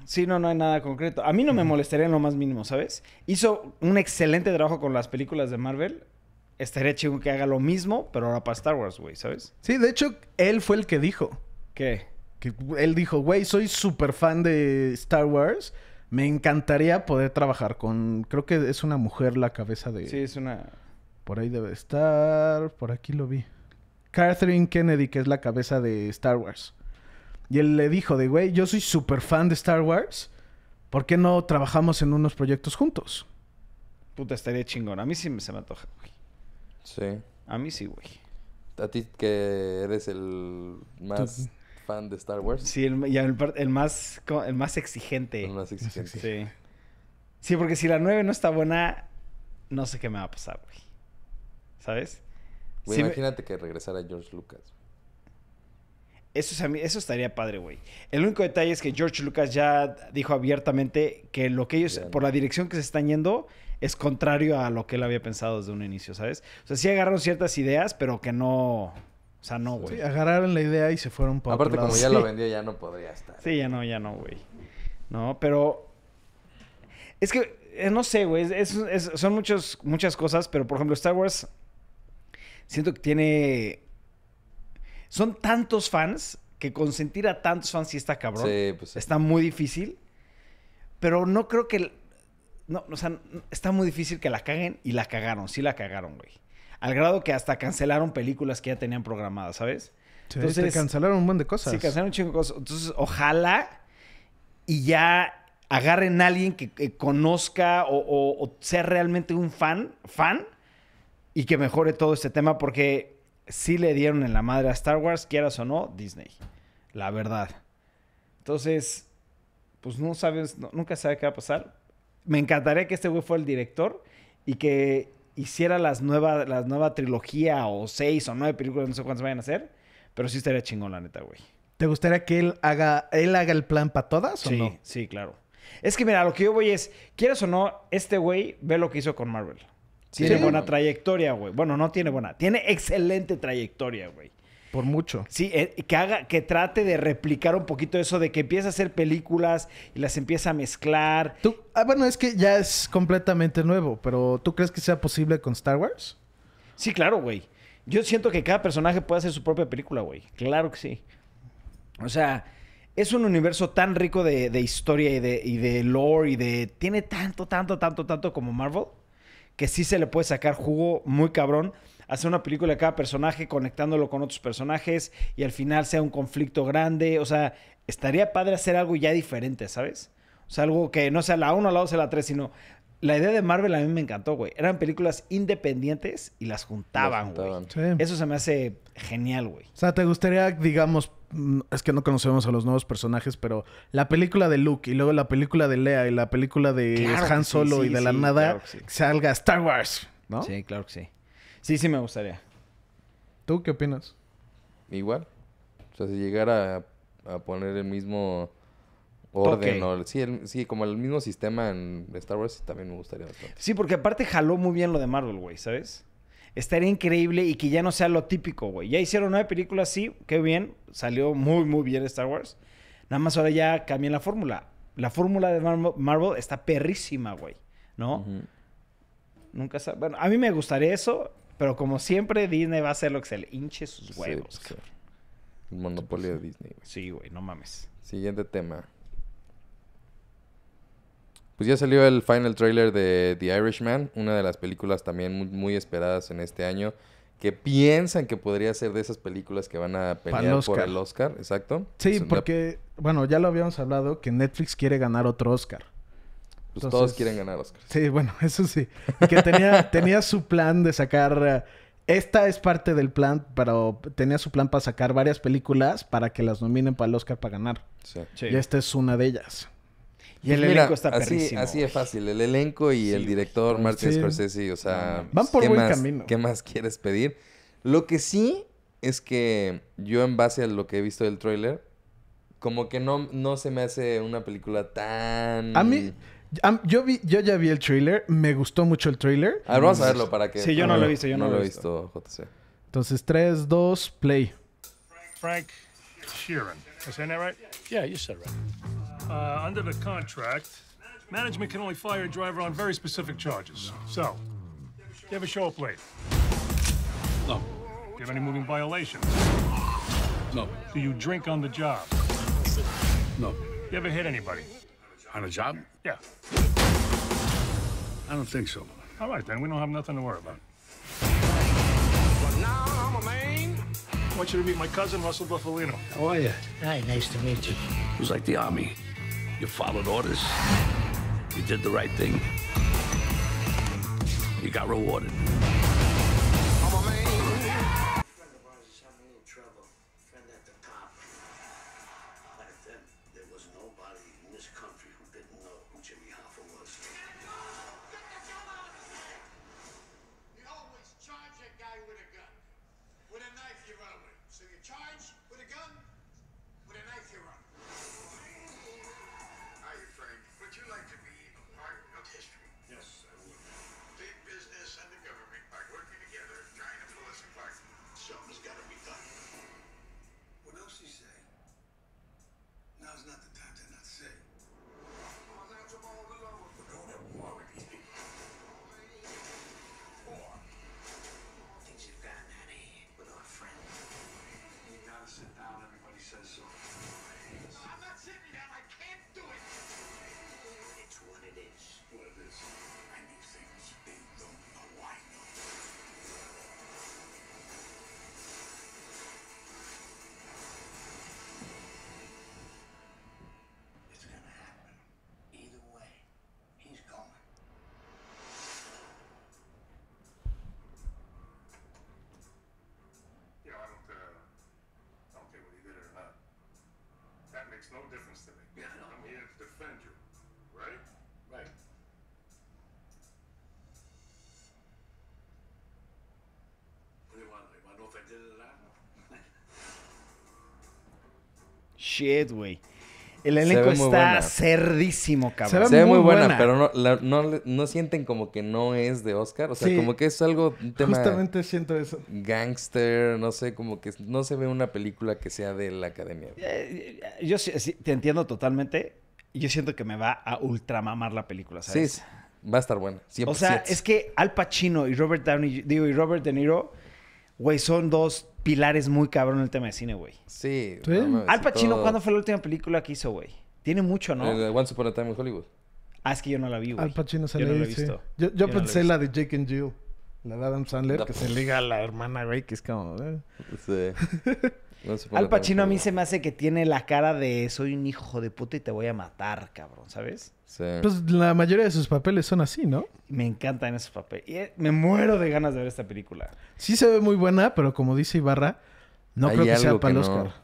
Sí, no, no hay nada concreto. A mí no me molestaría en lo más mínimo, ¿sabes? Hizo un excelente trabajo con las películas de Marvel. Estaría chido que haga lo mismo, pero ahora para Star Wars, güey, ¿sabes? Sí, de hecho él fue el que dijo ¿Qué? que él dijo, "Güey, soy súper fan de Star Wars." Me encantaría poder trabajar con... Creo que es una mujer la cabeza de... Sí, es una... Por ahí debe estar. Por aquí lo vi. Catherine Kennedy, que es la cabeza de Star Wars. Y él le dijo de, güey, yo soy súper fan de Star Wars. ¿Por qué no trabajamos en unos proyectos juntos? Puta, estaría chingón. A mí sí me- se me antoja, güey. Sí. A mí sí, güey. A ti que eres el más fan de Star Wars. Sí, el, y el, par- el más, co- el más exigente. el más exigente. Sí. Sí, porque si la 9 no está buena, no sé qué me va a pasar, güey. ¿Sabes? Güey, Sí me- imagínate que regresara George Lucas. Eso, es a mí- eso estaría padre, güey. El único detalle es que George Lucas ya dijo abiertamente que lo que ellos, Ya no. por la dirección que se están yendo, es contrario a lo que él había pensado desde un inicio, ¿sabes? O sea, sí agarraron ciertas ideas, pero que no. O sea, no, güey. Sí, agarraron la idea y se fueron para Aparte, otro lado. como ya lo Sí. vendía, ya no podría estar. Sí, ya no, ya no, güey. No, pero. Es que, eh, no sé, güey. es- es- son muchos, muchas cosas, pero por ejemplo, Star Wars. Siento que tiene. Son tantos fans que consentir a tantos fans sí está cabrón. Sí, pues sí. Está muy difícil. Pero no creo que. el- No, o sea, está muy difícil que la caguen y la cagaron. Sí la cagaron, güey. Al grado que hasta cancelaron películas que ya tenían programadas, ¿sabes? Sí, Entonces- te cancelaron un montón de cosas. Sí, cancelaron un chingo de cosas. Entonces, ojalá y ya agarren a alguien que, que conozca o, o- o sea realmente un fan, fan, y que mejore todo este tema porque sí le dieron en la madre a Star Wars, quieras o no, Disney. La verdad. Entonces, pues no sabes, no- nunca sabes qué va a pasar. Me encantaría que este güey fuera el director y que hiciera las nuevas, las nueva trilogía o seis o nueve películas, no sé cuántas vayan a hacer. Pero sí estaría chingón, la neta, güey. ¿Te gustaría que él haga, él haga el plan para todas Sí, o no? sí, claro. Es que mira, lo que yo voy es, quieras o no, este güey ve lo que hizo con Marvel. Sí, Tiene Sí. buena trayectoria, güey. Bueno, no tiene buena, tiene excelente trayectoria, güey. Por mucho. Sí, eh, que haga, que trate de replicar un poquito eso de que empieza a hacer películas y las empieza a mezclar. Tú- ah, bueno, es que ya es completamente nuevo, pero ¿tú crees que sea posible con Star Wars? Sí, claro, güey. Yo siento que cada personaje puede hacer su propia película, güey. Claro que sí. O sea, es un universo tan rico de, de historia y de, y de lore y de... Tiene tanto, tanto, tanto, tanto como Marvel que sí se le puede sacar jugo muy cabrón. Hacer una película de cada personaje conectándolo con otros personajes y al final sea un conflicto grande. O sea, estaría padre hacer algo ya diferente, ¿sabes? O sea, algo que no sea la 1, la 2, la 3, sino... La idea de Marvel a mí me encantó, güey. Eran películas independientes y las juntaban, güey. juntaban. Sí. Eso se me hace genial, güey. O sea, ¿te gustaría, digamos, mm, es que no conocemos a los nuevos personajes, pero la película de Luke y luego la película de Lea y la película de Claro que Han sí, Solo sí, y de la sí, nada claro que sí. que salga Star Wars, ¿no? Sí, claro que sí. Sí, sí me gustaría. ¿Tú qué opinas? Igual. O sea, si llegara a, a poner el mismo. O orden. Ok. o el- sí, el- sí, como el mismo sistema en Star Wars también me gustaría bastante. Sí, porque aparte jaló muy bien lo de Marvel, güey, ¿sabes? Estaría increíble y que ya no sea lo típico, güey. Ya hicieron nueve películas, sí, qué bien. Salió muy, muy bien Star Wars. Nada más ahora ya cambian la fórmula. La fórmula de Mar- Marvel está perrísima, güey. ¿No? Ujú. Nunca sabe. Bueno, a mí me gustaría eso, pero como siempre, Disney va a hacer lo que se le hinche sus Sí, huevos. pues, sí. cabrón. El monopolio de Disney, güey. Sí, güey, no mames. Siguiente tema. Pues ya salió el final trailer de The Irishman, una de las películas también muy, muy esperadas en este año, que piensan que podría ser de esas películas que van a el pelear por Oscar. el Oscar, exacto. Sí, Es una- porque, bueno, ya lo habíamos hablado que Netflix quiere ganar otro Oscar. pues, todos entonces- quieren ganar Oscar. Sí, bueno, eso sí. Y Que tenía, tenía su plan de sacar. eh, Esta es parte del plan, pero tenía su plan para sacar varias películas para que las nominen para el Oscar para ganar. Sí. Sí. Y esta es una de ellas. Y el Pues Mira, elenco está así, perrísimo. Así güey. es fácil. El elenco y el director Martin Sí. Scorsese, o sea, Van por ¿qué buen más, camino. ¿qué más quieres pedir? Lo que sí es que yo en base a lo que he visto del tráiler, como que no, no se me hace una película tan... A mí, am- yo, vi, yo ya vi el trailer, me gustó mucho el trailer. A ver, vamos a verlo para que... Mm. Ah, Sí, yo no lo he visto, yo no lo he JC. Entonces, 3, 2, play. Frank Sheeran. Am I saying that right? Yeah, you said right. Uh, under the contract, management can only fire a driver on very specific charges. So, you ever show up late? No, Do you have any moving violations? no, Do you drink on the job? no. You ever hit anybody? On a job? Yeah. I don't think so. All right, then. We don't have nothing to worry about. I want you to meet my cousin, Russell Buffalino. How are you? Hi, nice to meet you. It was like the army. You followed orders. You did the right thing. You got rewarded. There was nobody in this country who didn't know who Jimmy Hoffa was. You always charge a guy with a gun. With a knife, you run away. So you charge with a gun, with a knife, you run. Are you Frank? Would you like to be a part of history? Yes, I would. Big business and the government are working together, trying to pull us apart. Something's got to be done. What else you say? Now's not the time to not say. Well, that's all the law. We're going to war with these people. War. Things have gotten out of hand with our friends. You gotta sit down. Everybody says so. I'm not sitting down. I can't do it. It's what it is. What it is. I knew things they don't know I know. It's gonna happen. Either way, he's going. Yeah, I don't, uh, I don't care whether you did it or not. That makes no difference to me. Yeah, I know. I'm here to defend you, right? Right. What do you want? You want to know if I did it or not? Shit, güey. El Se elenco ve muy buena. está cerdísimo, Se cabrón. ve Se ve muy muy buena, buena. pero no, la- no, le- no sienten como que no es de Oscar. O sea, Sí. como que es algo, un tema Justamente siento eso. gangster, no sé, como que no se ve una película que sea de la academia. Eh, Yo sí- sí, te entiendo totalmente. Yo siento que me va a ultramamar la película, Sí, ¿sabes? sí, va a estar buena. 100%. O sea, es que Al Pacino y Robert Downey, digo, y Robert De Niro, güey, son dos pilares muy cabrón en el tema de cine, güey. Pues Sí. ¿Sí? mames, Al Pacino, todo. ¿cuándo fue la última película que hizo, güey? Tiene mucho, ¿no? El Once Upon a Time in Hollywood. Ah, es que yo no la vi, güey. Al Pacino se Yo no le la he dice. visto. Yo, yo no la he pensé visto. la, de Jake and Jill. La de Adam Sandler, Da- que se liga a la hermana, güey, que es como... eh. Sí. Once Upon a Time Al in Pacino a mí Hollywood. se me hace que tiene la cara de soy un hijo de puta y te voy a matar, cabrón, ¿sabes? Sí. Pues la mayoría de sus papeles son así, ¿no? Me encantan esos papeles. Y, eh, Me muero de ganas de ver esta película. Sí se ve muy buena, pero como dice Ibarra, no Hay creo que sea algo para no. el Oscar.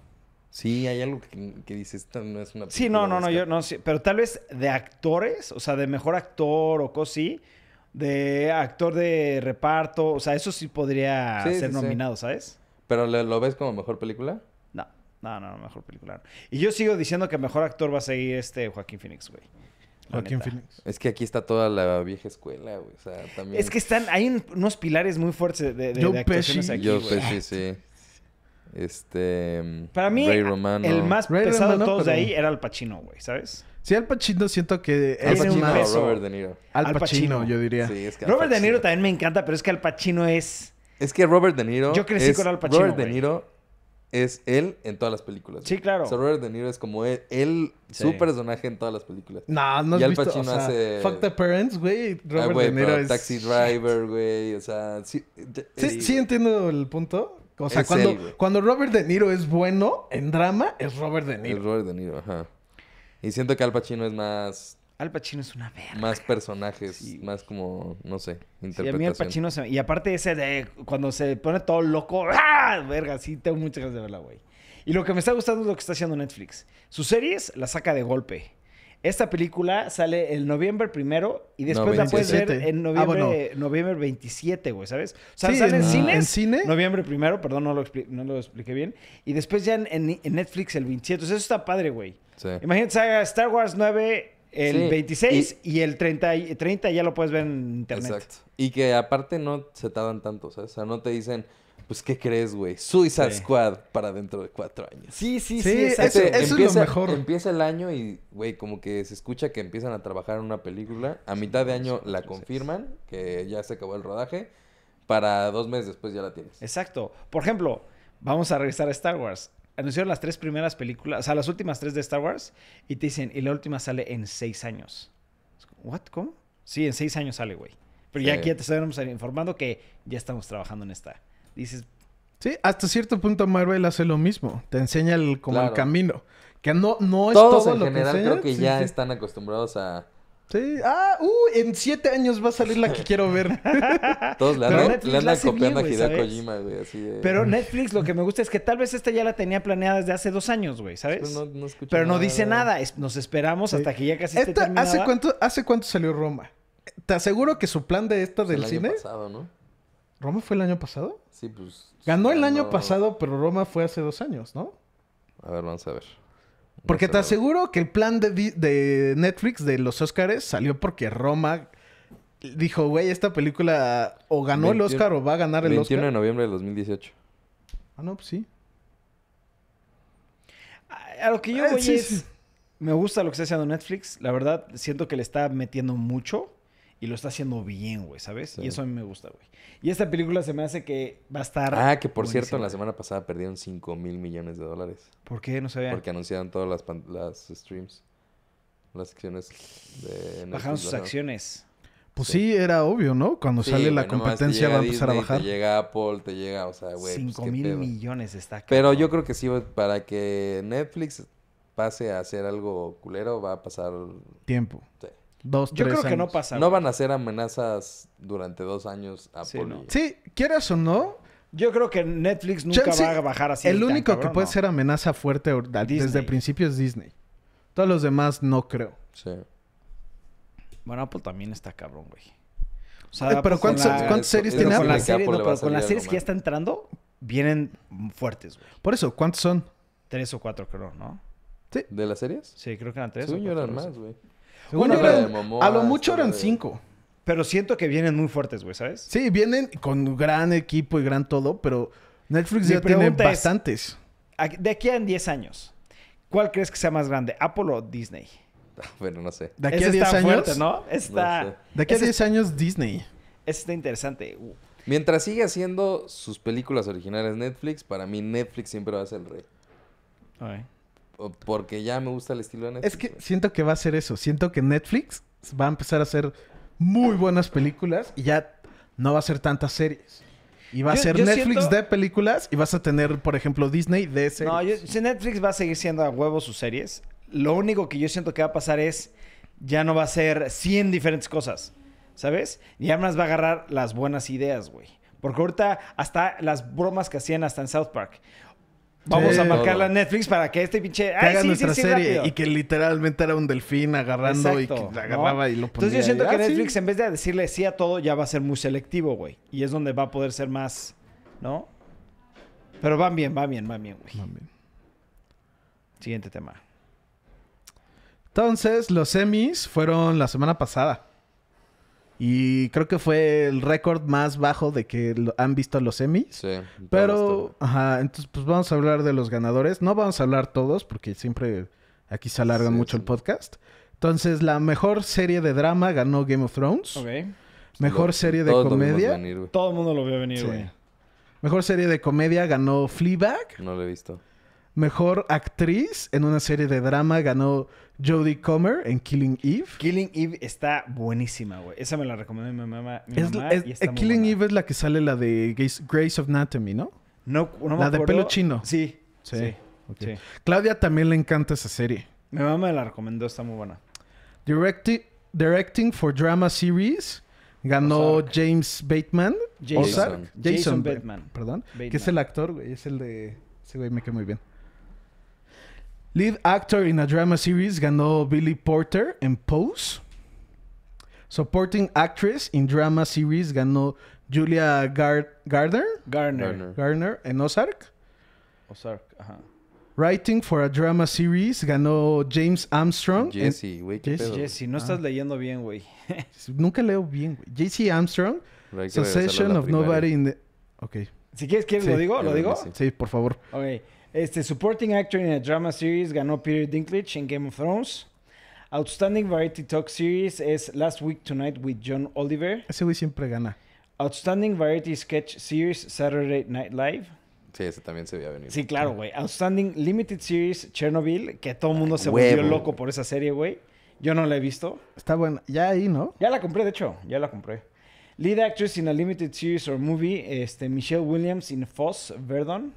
Sí, hay algo que, que dices, esta no es una Sí, película no, no, de no, Oscar". yo no sé. Pero tal vez de actores, o sea, de mejor actor o cosas así, de actor de reparto, o sea, eso sí podría Sí, ser sí, sí. nominado, ¿sabes? ¿Pero le- lo ves como mejor película? No, No, no, no, mejor película. no. Y yo sigo diciendo que mejor actor va a seguir este Joaquín Phoenix, güey. La Joaquín neta. Phoenix. Es que aquí está toda la vieja escuela, güey. O sea, también. Es que están, hay un- unos pilares muy fuertes de, de, de Joe actuaciones Pesci. aquí, Yo, güey. pues sí, sí. Este. mm, Para mí, Ray a- Romano. el más Ray pesado Romano, de todos de pero- ahí era Al Pacino, güey, ¿sabes? Sí, Al Pacino siento que Al es tiene Pacino, un más... peso. Robert De Niro. Al Al Pacino, Pacino. yo diría. Sí, es que Al Robert De Pacino. Niro también me encanta, pero es que Al Pacino es... Es que Robert De Niro. Yo crecí es- con Al Pacino, Robert De güey. Niro es él en todas las películas. Sí, güey. claro. O sea, Robert De Niro es como él, él, Sí. su personaje en todas las películas. No, no has Y Al visto, o Pacino sea, hace- Fuck the Parents, güey. Ah, Robert güey, De Niro pero es... Taxi Driver, güey. O sea, sí. de- Sí, él- sí entiendo el punto. O sea, Es cuando, él, güey. cuando Robert De Niro es bueno en drama, es Robert De Es Niro. Robert De Niro, ajá. Y siento que Al Pacino es más, Al Pacino es una verga. más personajes, Ah, Sí, güey. más como, no sé, Sí, a mí Al interpretación. Pacino se... Y aparte ese de cuando se pone todo loco, ¡ah! Verga, sí, tengo muchas ganas de verla, güey. Y lo que me está gustando es lo que está haciendo Netflix. Sus series las saca de golpe. Esta película sale el noviembre primero y después la puedes ver 27. en Ah, noviembre, bueno. noviembre 27, güey, ¿sabes? O sea, Sí, sale en, en- cines. en cine. Noviembre primero, perdón, no lo, expli- no lo expliqué bien. Y después ya en, en- en Netflix el 27. Entonces, eso está padre, güey. Sí. Imagínate, saca Star Wars 9 el Sí, 26 y, el 30, y- 30 ya lo puedes ver en internet. Exacto. Y que aparte no se tardan tanto, ¿sabes? O sea, no te dicen, pues, ¿qué crees, güey? Suicide Sí. Squad para dentro de cuatro años. Sí, sí, Sí, sí, exacto. ese- Ese eso es lo mejor. Empieza el año y, güey, como que se escucha que empiezan a trabajar en una película. A mitad de año la confirman, que ya se acabó el rodaje. Para dos meses después ya la tienes. Exacto. Por ejemplo, vamos a regresar a Star Wars. Anunciaron las tres primeras películas, o sea, las últimas tres de Star Wars, y te dicen, y la última sale en seis años. Es como, ¿What? ¿Cómo? Sí, en seis años sale, güey. Pero ya Sí. aquí ya te estamos informando que ya estamos trabajando en esta. Dices, Sí, hasta cierto punto Marvel hace lo mismo. Te enseña el, como el Claro. camino. Que no, no es Todos todo en lo general que enseñan. creo que Sí, ya sí. están acostumbrados a... Sí. Ah, uh, en siete años va a salir la que quiero ver. Ah, Todos le Pero andan, Netflix le la andan hace bien, copiando güey, a Hideo ¿sabes? Kojima, güey, así de... pero Netflix lo que me gusta es que tal vez esta ya la tenía planeada desde hace dos años, güey, ¿sabes? Pues no- no escucho Pero no dice nada. ¿eh? nada, es- nos esperamos Sí. hasta que ya casi esté Esta, terminada. ¿hace cuánto, ¿Hace cuánto salió Roma? Te aseguro que su plan de esta Fue del el cine. año pasado, ¿no? ¿Roma fue el año pasado? Sí, pues... Ganó el año ganó- pasado, pero Roma fue hace dos años, ¿no? A ver, vamos a ver. Porque te Vamos a ver. aseguro que el plan de, Di- de Netflix de los Oscars salió porque Roma dijo, güey, esta película o ganó el 21 Oscar o va a ganar el 21 de Oscar. noviembre de 2018. Ah, no, pues sí. A a lo que yo Eh, voy sí, es... sí. Me gusta lo que está haciendo Netflix. La verdad, siento que le está metiendo mucho y lo está haciendo bien, güey, ¿sabes? Sí. Y eso a mí me gusta, güey. Y esta película se me hace que va a estar... Ah, que por cierto, buenísima. la semana pasada perdieron 5 mil millones de dólares. ¿Por qué? No sabía. Porque anunciaron todas las, pan- las streams. Las acciones de... Bajaron Netflix, sus ajá. acciones. Pues sí, era obvio, ¿no? Cuando Sí, sale la güey, no mames, te competencia va llega a empezar a Disney, bajar. Te llega Apple, te llega, o sea, güey. pues, 5 qué mil pedo. millones está Pero cabrón. yo creo que sí, güey, para que Netflix pase a hacer algo culero, va a pasar... Tiempo. sí. Dos, Yo tres creo que no años. pasa, No güey. van a hacer amenazas durante dos años a Sí, Apple. no. y- Sí, quieras o no, Yo creo que Netflix nunca Chance, va a bajar así. el tan único que cabrón, puede ¿no? ser amenaza fuerte or- da- desde Disney. el principio es Disney. Todos los demás no creo. sí. Bueno, Apple también está cabrón, güey. O Ay, pero con ¿cuántos- cuántas series pero tiene con Apple? las Que Apple series, no, le va a pero con salir las algo series que ya mal. está entrando, vienen fuertes, güey. Por eso, ¿cuántos son? Tres o cuatro, creo, ¿no? ¿De las series? Sí, creo que eran tres. o Según yo eran cuatro, no sé. más, güey. Según yo yo la de eran- Momoa, a lo mucho está la eran de- cinco. Pero siento que vienen muy fuertes, güey, ¿sabes? Sí, vienen con gran equipo y gran todo, pero Netflix Mi ya tiene pregunta es- bastantes. Aquí- De aquí a en 10 años, ¿cuál crees que sea más grande, Apple o Disney? Bueno, no sé. De aquí Ese a 10 está años. fuerte, ¿no? Ese Está, No sé. De aquí a ese- 10 años, Disney. ese está interesante. Uh, Mientras siga haciendo sus películas originales Netflix, para mí Netflix siempre va a ser el rey. ay. O- Porque ya me gusta el estilo de Netflix. Es que güey. siento que va a ser eso. Siento que Netflix va a empezar a hacer muy buenas películas y ya no va a ser tantas series. Y va Yo- a ser yo Netflix siento- de películas y vas a tener, por ejemplo, Disney de series. No, yo- si Netflix va a seguir siendo a huevo sus series. Lo único que yo siento que va a pasar es, ya no va a ser 100 diferentes cosas, ¿sabes? Y además va a agarrar las buenas ideas, güey. Porque ahorita hasta las bromas que hacían hasta en South Park. Vamos Sí. a marcarla a Todo. Netflix para que este pinche... que ¡Ay, haga sí, sí, nuestra sí, serie rápido! y que literalmente era un delfín agarrando y Exacto, que la agarraba ¿no? y lo ponía. Entonces yo siento ahí. que Ah, sí. Netflix en vez de decirle sí a todo ya va a ser muy selectivo, güey. Y es donde va a poder ser más, ¿no? Pero van bien, van bien, van bien, güey. Mami. Siguiente tema. Entonces, los semis fueron la semana pasada. Y creo que fue el récord más bajo de que lo- han visto los semis. Sí. toda la Pero, historia. ajá, entonces pues vamos a hablar de los ganadores. No vamos a hablar todos porque siempre aquí se alargan Sí, mucho el sí. podcast. Entonces, la mejor serie de drama ganó Game of Thrones. Ok. pues, Mejor Lo- serie de todos lo vimos comedia. venir, güey. Todo el mundo lo vio venir, Sí. güey. Mejor serie de comedia ganó Fleabag. No lo he visto. Mejor actriz en una serie de drama ganó Jodie Comer en Killing Eve. Killing Eve está buenísima, güey. Esa me la recomendó mi mamá. Mi Es- mamá es- y está eh, muy Killing buena. Eve es la que sale la de Grace, Grace of Anatomy, ¿no? No, no me La de acuerdo. pelo chino. Sí. Sí. Ok. sí. Claudia también le encanta esa serie. Mi mamá me la recomendó, está muy buena. Directi- Directing for Drama Series ganó James Bateman. Jason. Ozark. Jason. Jason Ba- Bateman. Perdón. Que es Bateman. el actor, güey. Es el de... Ese güey me cae muy bien. Lead Actor in a Drama Series ganó Billy Porter en Pose. Supporting Actress in Drama Series ganó Julia Gar- Gardner. Garner. Garner. Garner en Ozark. Ozark, ajá. Writing for a Drama Series ganó James Armstrong. en- Jesse, güey, qué Jesse, pedo. Jesse, no estás leyendo bien, güey. Nunca leo bien, güey. JC Armstrong. Pero hay que regresarlo a la Succession of primaria. Nobody in the... Ok. Si quieres, ¿quieres Sí, lo digo? yo ¿Lo creo digo? que sí. Sí, por favor. Ok. Este, Supporting Actor in a Drama Series ganó Peter Dinklage en Game of Thrones. Outstanding Variety Talk Series es Last Week Tonight with John Oliver. Ese güey siempre gana. Outstanding Variety Sketch Series Saturday Night Live. Sí, ese también se veía venir. Sí, claro, güey. Outstanding Limited Series Chernobyl, que todo el mundo se Huevo. volvió loco por esa serie, güey. Yo no la he visto. Está bueno. Ya ahí, ¿no? Ya la compré, de hecho, ya la compré. Lead actress in a limited series or movie, este, Michelle Williams in Foss, Verdon.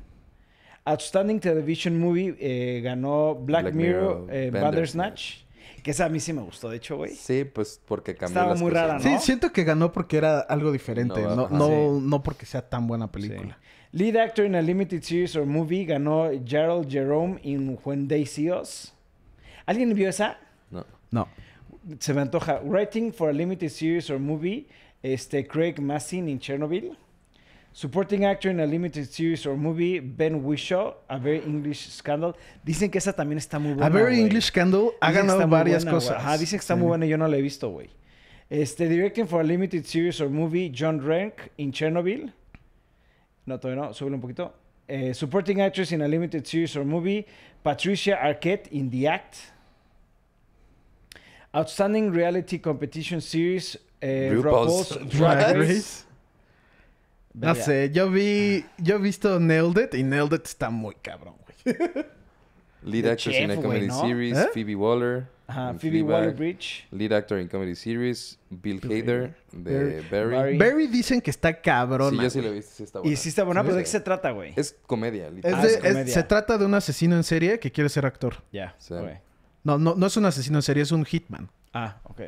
Outstanding television movie eh, ganó Black, Black Mirror, Mirror, eh, Bandersnatch, Bandersnatch. que esa a mí sí me gustó, de hecho, güey. Sí, pues porque cambió Estaba las muy cosas, rara, ¿no? ¿no? Sí, siento que ganó porque era algo diferente. No, No, ajá. no, no porque sea tan buena Sí. película. Lead actor in a limited series or movie ganó Gerald Jerome in When They See Us. ¿Alguien vio esa? No. No. Se me antoja. Writing for a limited series or movie, este, Craig Massin in Chernobyl. Supporting actor in a limited series or movie, Ben Whishaw, A Very English Scandal. Dicen que esa también está muy buena. a Very güey. English Candle ha Dicen que está ganado muy varias buena, güey. cosas. Ajá, dicen que está Sí. muy buena y yo no la he visto, güey. Este, directing for a limited series or movie, John Rank in Chernobyl. No, todavía no, súbele un poquito. Eh, supporting actress in a limited series or movie, Patricia Arquette in The Act. Outstanding reality competition series, eh, RuPaul's RuPaul's Drag Drag Race. Race. No sé, yo vi, yo he visto Nailed It y Nailed It está muy cabrón, güey. Lead The actress in a Chef, güey, comedy ¿no? series, ¿Eh? Phoebe Waller. Ajá, en Phoebe Fleabag. Waller-Bridge. Lead actor in comedy series, Bill Hader de Barry. Barry. Very dicen que está cabrón. Sí, yo sí lo vi, sí está buena. Y sí está buena, pero ¿de qué se Sí. trata, güey? Es comedia, Es literal. Ah, de- es es- comedia. se trata de un asesino en serie que quiere ser actor. Ya, Sí. güey. No, no, no es un asesino en serie, es un hitman. Ah, ok.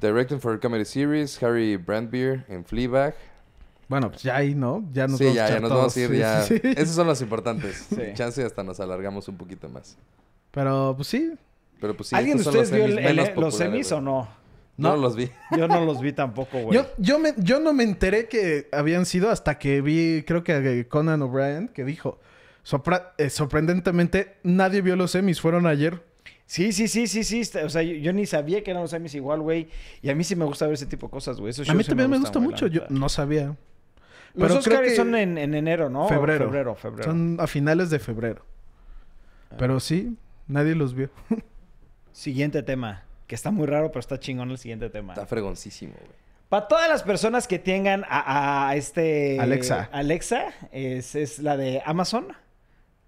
Directing for a comedy series, Harry Brandbeer en Fleabag. Bueno, pues ya ahí, ¿no? Ya nos sí, vamos ya, a ya echar nos todos. vamos a ir. Sí, ya. sí, sí. Esos son los importantes. Sí. Chance hasta nos alargamos un poquito más. Pero, pues sí. Pero pues sí, ¿Alguien de estos son ustedes vio los el- semis el- menos los populares, semis o güey. no? No, No. los vi. Yo no los vi tampoco, güey. Yo, yo, me, yo no me enteré que habían sido hasta que vi, creo que Conan O'Brien, que dijo, "Sopra- eh, sorprendentemente, nadie vio los semis, fueron ayer. Sí, sí, sí, sí, sí. está- O sea, yo, yo ni sabía que eran los semis igual, güey. Y a mí sí me gusta ver ese tipo de cosas, güey. Esos A mí shows sí también me gusta gustan, güey, mucho, la yo neta. no sabía. Los pero creo Oscars que- son en, en enero, ¿no? O febrero. Febrero, febrero. Ah. Son a finales de febrero. Pero sí, nadie los vio. Siguiente tema. Que está muy raro, pero está chingón el siguiente tema. Está fregoncísimo, güey. Para todas las personas que tengan a, a este... Alexa. Alexa. Es, es la de Amazon.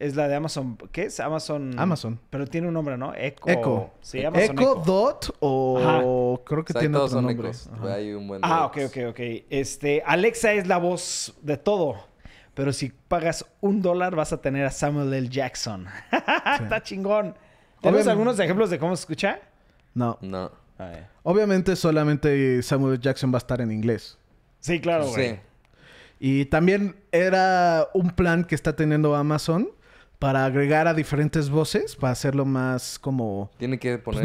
Es la de Amazon... ¿Qué es? Amazon... Amazon. Pero tiene un nombre, ¿no? Echo. Echo. Sí, Amazon Echo, Dot o creo que O sea, ahí tiene todos otro son nombre. ecos. Ajá. güey, Hay un buen de Ah, ok, ecos. ok, ok. Este, Alexa es la voz de todo. Pero si pagas un dólar, vas a tener a Samuel L. Jackson. Está chingón. ¿Tenemos Obviamente- algunos ejemplos de cómo se escucha? No. No. Obviamente solamente Samuel Jackson va a estar en inglés. Sí, claro, güey. Sí. Y también era un plan que está teniendo Amazon para agregar a diferentes voces para hacerlo más como... Tiene que poner.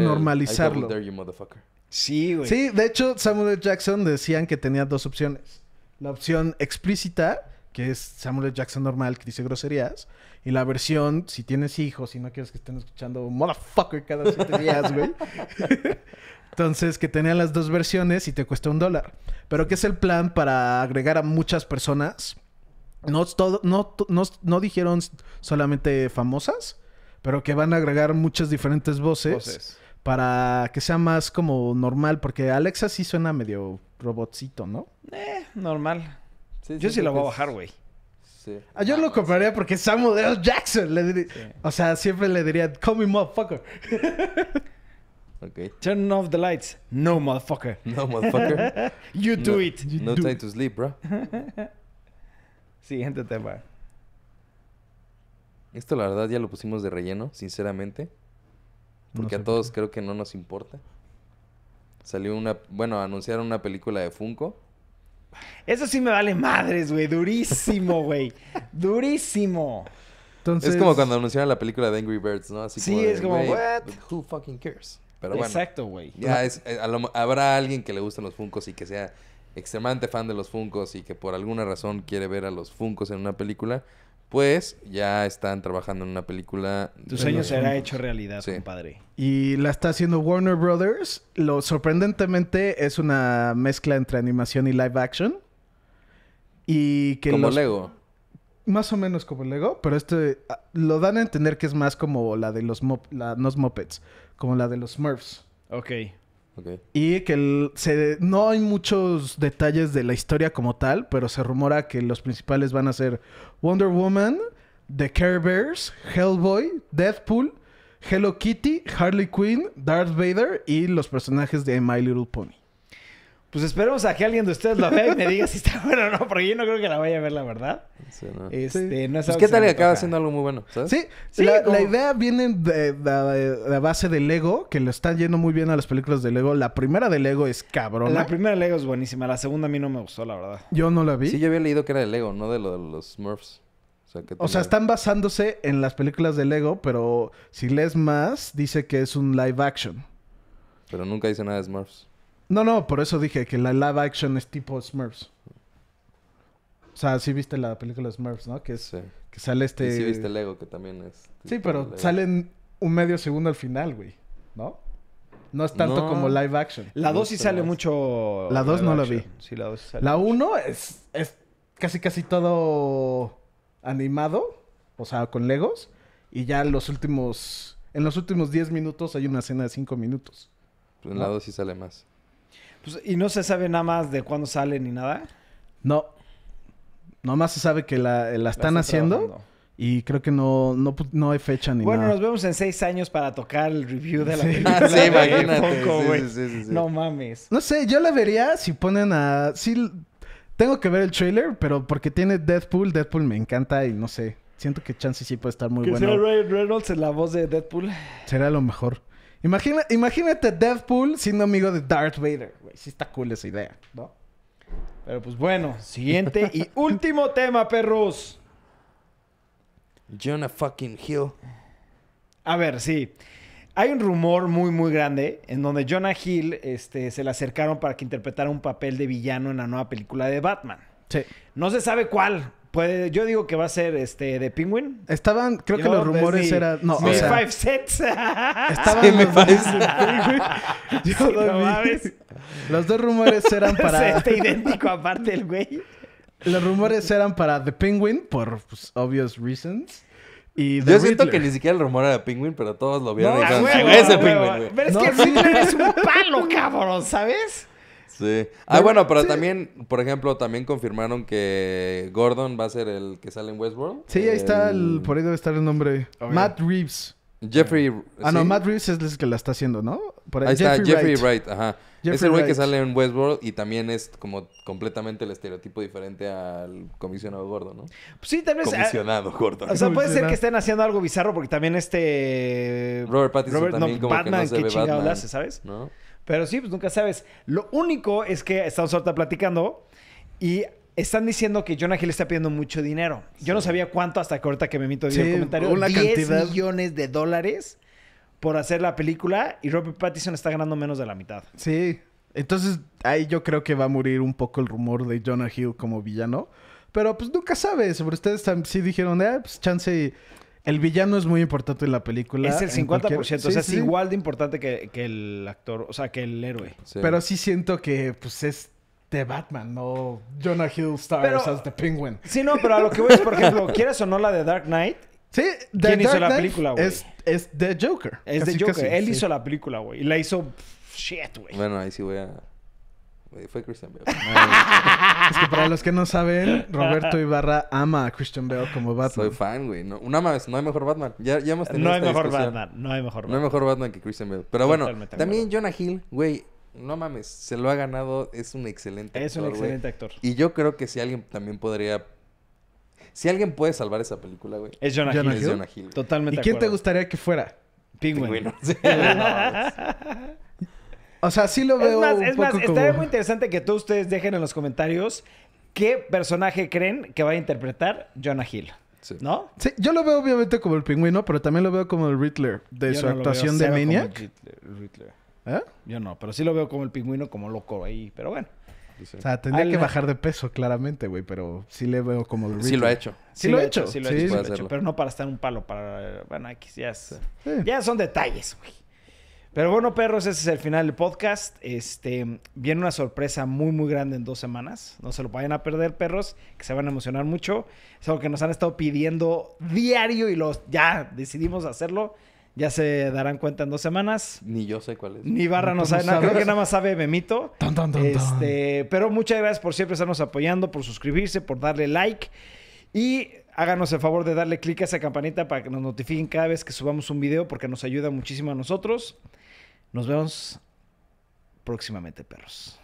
El, normalizarlo. I double dare you, motherfucker. Pues Sí, güey. Sí, de hecho Samuel L. Jackson decían que tenía dos opciones. La opción explícita que es Samuel L. Jackson normal, que dice groserías. Y la versión, si tienes hijos y no quieres que estén escuchando motherfucker cada siete días, güey. Entonces, que tenían las dos versiones y te cuesta un dólar. Pero que es el plan para agregar a muchas personas. No, todo, no, to- no, no dijeron solamente famosas, pero que van a agregar muchas diferentes voces, Voces. para que sea más como normal, porque Alexa sí suena medio robotcito, ¿no? Eh, normal. Sí, Yo sí siento la que voy a es- bajar, güey. Sí. Ah, yo lo compraría porque es Samuel L. Jackson. Le diría- O sea, siempre le diría, call me motherfucker. Ok. Turn off the lights. No, motherfucker. No, motherfucker. You do No. it. No time to sleep, bro. Siguiente tema. Esto la verdad ya lo pusimos de relleno, sinceramente. Porque sé a todos creo que no nos importa. Salió una... Bueno, anunciaron una película de Funko. Eso sí me vale madres, güey. Durísimo, güey. Durísimo. Entonces, Es como cuando anunciaron la película de Angry Birds, ¿no? Así Sí, de, es como, "Güey, what?" Who fucking cares? Pero bueno. Exacto, güey. Ya es, eh, a lo mo- habrá alguien que le gusten los Funcos y que sea extremadamente fan de los Funcos y que por alguna razón quiere ver a los Funcos en una película, pues ya están trabajando en una película. Tu de sueño los será Funkos. hecho realidad, Sí. compadre. Y la está haciendo Warner Brothers. Lo sorprendentemente es una mezcla entre animación y live action. Y que Como los- Lego. Más o menos como Lego, pero este ah, lo dan a entender que es más como la de los mop, la, no es Muppets, como la de los Smurfs. Ok. Ok. Y que el- se, no hay muchos detalles de la historia como tal, pero se rumora que los principales van a ser Wonder Woman, The Care Bears, Hellboy, Deadpool, Hello Kitty, Harley Quinn, Darth Vader y los personajes de My Little Pony. Pues esperemos a que alguien de ustedes la vea y me diga si está bueno o no, porque yo no creo que la vaya a ver, la verdad. Sí, ¿no? Este, no es Pues, algo ¿Qué que tal que se me acaba antoja. siendo algo muy bueno? ¿sabes? Sí, Ah, Sí, la, como- la idea viene de de la base de Lego, que le están yendo muy bien a las películas de Lego. La primera de Lego es cabrón. La primera Lego es buenísima, la segunda a mí no me gustó, la verdad. Yo no la vi. Sí, yo había leído que era de Lego, no de lo de los Smurfs. O sea, que O sea, tenía- están basándose en las películas de Lego, pero si lees más, dice que es un live action. Pero nunca dice nada de Smurfs. No, no, por eso dije que la live action es tipo Smurfs. O sea, sí viste la película Smurfs, ¿no? Que es Sí. que sale Y este. sí viste Lego, que también es... Sí, tipo pero Lego. salen un medio segundo al final, güey. ¿No? No es tanto No. como live action. La No 2 sí sé sale más. mucho. La dos no la live vi. action. Sí, la 2 sale. La uno es, es casi casi todo animado, o sea, con Legos. Y ya los últimos. En los últimos 10 minutos hay una escena de 5 minutos. En la 2 sí sale más. Pues, y no se sabe nada más de cuándo sale ni nada. No. Nomás se sabe que la, la están está haciendo trabajando. y creo que no, no, pu- no hay fecha ni Bueno, nada. nos vemos en seis años para tocar el review de la Sí. película. Ah, sí, de imagínate. Funko, Sí, güey. sí, sí, sí, sí. No mames. No sé, yo la vería si ponen a... Sí, l- tengo que ver el trailer, pero porque tiene Deadpool, Deadpool me encanta y no sé. Siento que Chance sí puede estar muy que bueno. sea Ryan Reynolds en la voz de Deadpool. Será lo mejor. Imagina, imagínate Deadpool siendo amigo de Darth Vader, güey. Sí está cool esa idea, ¿no? Pero pues bueno, siguiente y último tema, perros. Jonah fucking Hill. A ver, sí. Hay un rumor muy, muy grande en donde Jonah Hill este, se le acercaron para que interpretara un papel de villano en la nueva película de Batman. Sí. No se sabe cuál. Puede, yo digo que va a ser este de Penguin. Estaban, creo que Yo, los rumores pues, mi- eran... No, mi o sea, five sets. estaban me los- No Yo lo vi. mames. Los dos rumores eran para... Está idéntico aparte el güey. Los rumores eran para The Penguin por pues, obvious reasons. Y The Yo siento Riddler. que ni siquiera el rumor era Penguin, pero todos lo vieron No, y a dijeron, huevo, "Güey, es a el Penguin, huevo. güey". Pero es que Riddler es un palo, cabrón, ¿sabes? Sí. Ah, bueno, pero también, por ejemplo, también confirmaron que Gordon va a ser el que sale en Westworld. Sí, ahí está el... Por ahí debe estar el nombre. Matt Reeves. Eh, Jeffrey... Ah, no, ¿sí? Matt Reeves es el que la está haciendo, ¿no? Por Ahí está, Jeffrey Wright, ajá. es Jeffrey el güey que Wright. sale en Westworld y también es como completamente el estereotipo diferente al comisionado Gordon, ¿no? Pues sí, tal vez. ah, Comisionado Gordon. O sea, puede ser que estén haciendo algo bizarro porque también este. Robert Pattinson Robert- no, también como Batman, que no se qué ve chingado Batman. le hace, ¿sabes? ¿No? Pero sí, pues nunca sabes. Lo único es que estamos ahorita platicando y están diciendo que Jonah Hill está pidiendo mucho dinero. Yo no sabía cuánto hasta que ahorita que me mito dio Sí, el comentario. una 10 cantidad. millones de dólares por hacer la película y Robert Pattinson está ganando menos de la mitad. Sí. Entonces, ahí yo creo que va a morir un poco el rumor de Jonah Hill como villano. Pero pues nunca sabes. Pero ustedes tam- sí dijeron, eh, pues chance. y El villano es muy importante en la película. Es el en 50%, cualquier- o Sí, sea, sí, es sí. igual de importante que, que el actor, o sea, que el héroe. Sí. Pero sí siento que, pues, es de Batman, no Jonah Hill stars Pero- as the Penguin. Sí, no, pero a lo que voy es, por ejemplo, quieras o no la de Dark Knight, Sí, The ¿Quién hizo Dark la Knight película, güey? Es, es The Joker. es Casi, de Joker. casi, Él sí. hizo la película, güey. Y la hizo pff, shit, güey. Bueno, ahí sí voy a... güey, Fue Christian Bale. Es que para los que no saben, Roberto Ibarra ama a Christian Bale como Batman. Soy fan, güey. No, una más, no hay mejor Batman. Ya, ya hemos tenido No hay esta mejor discusión. Batman, no hay mejor No hay Batman. mejor Batman que Christian Bale. Pero bueno, Totalmente de también Jonah Hill, güey, no mames, se lo ha ganado. Es un excelente Es un actor, güey. excelente actor. Y yo creo que si alguien también podría... Si alguien puede salvar esa película, güey, Es Jonah, Jonah Hill. es Hill? Jonah Hill. güey. Totalmente ¿Y de quién te acuerdo. gustaría que fuera? Penguin. Güey, no sé. O sea, sí lo Es veo más, un es poco más, como... estaría muy interesante que todos ustedes dejen en los comentarios qué personaje creen que va a interpretar Jonah Hill. Sí. ¿No? Sí, yo lo veo obviamente como el pingüino, pero también lo veo como el Riddler de Yo su no lo actuación veo cero de como Maniac. Hitler- Hitler. ¿Eh? Yo no, pero sí lo veo como el pingüino, como loco ahí. Pero bueno, O sea, tendría Al- que bajar de peso, claramente, güey, pero sí le veo como el Riddler. Sí lo ha hecho. Sí lo ha hecho. sí lo sí, he hecho, puede sí lo he hecho, hacerlo. pero no para estar un palo. Para, bueno, X, ya, es- Sí. ya son detalles, güey. Pero bueno, perros, ese es el final del podcast. Este, viene una sorpresa muy, muy grande en dos semanas. No se lo vayan a perder, perros, que se van a emocionar mucho. Es algo que nos han estado pidiendo diario y los ya decidimos hacerlo. Ya se darán cuenta en dos semanas. Ni yo sé cuál es. Ni Barra No, no tú sabe no nada. Creo sabes. que nada más sabe Memito. Tan, tan, tan, tan. Este, pero muchas gracias por siempre estarnos apoyando, por suscribirse, por darle like. Y háganos el favor de darle clic a esa campanita para que nos notifiquen cada vez que subamos un video porque nos ayuda muchísimo a nosotros. Nos vemos próximamente, perros.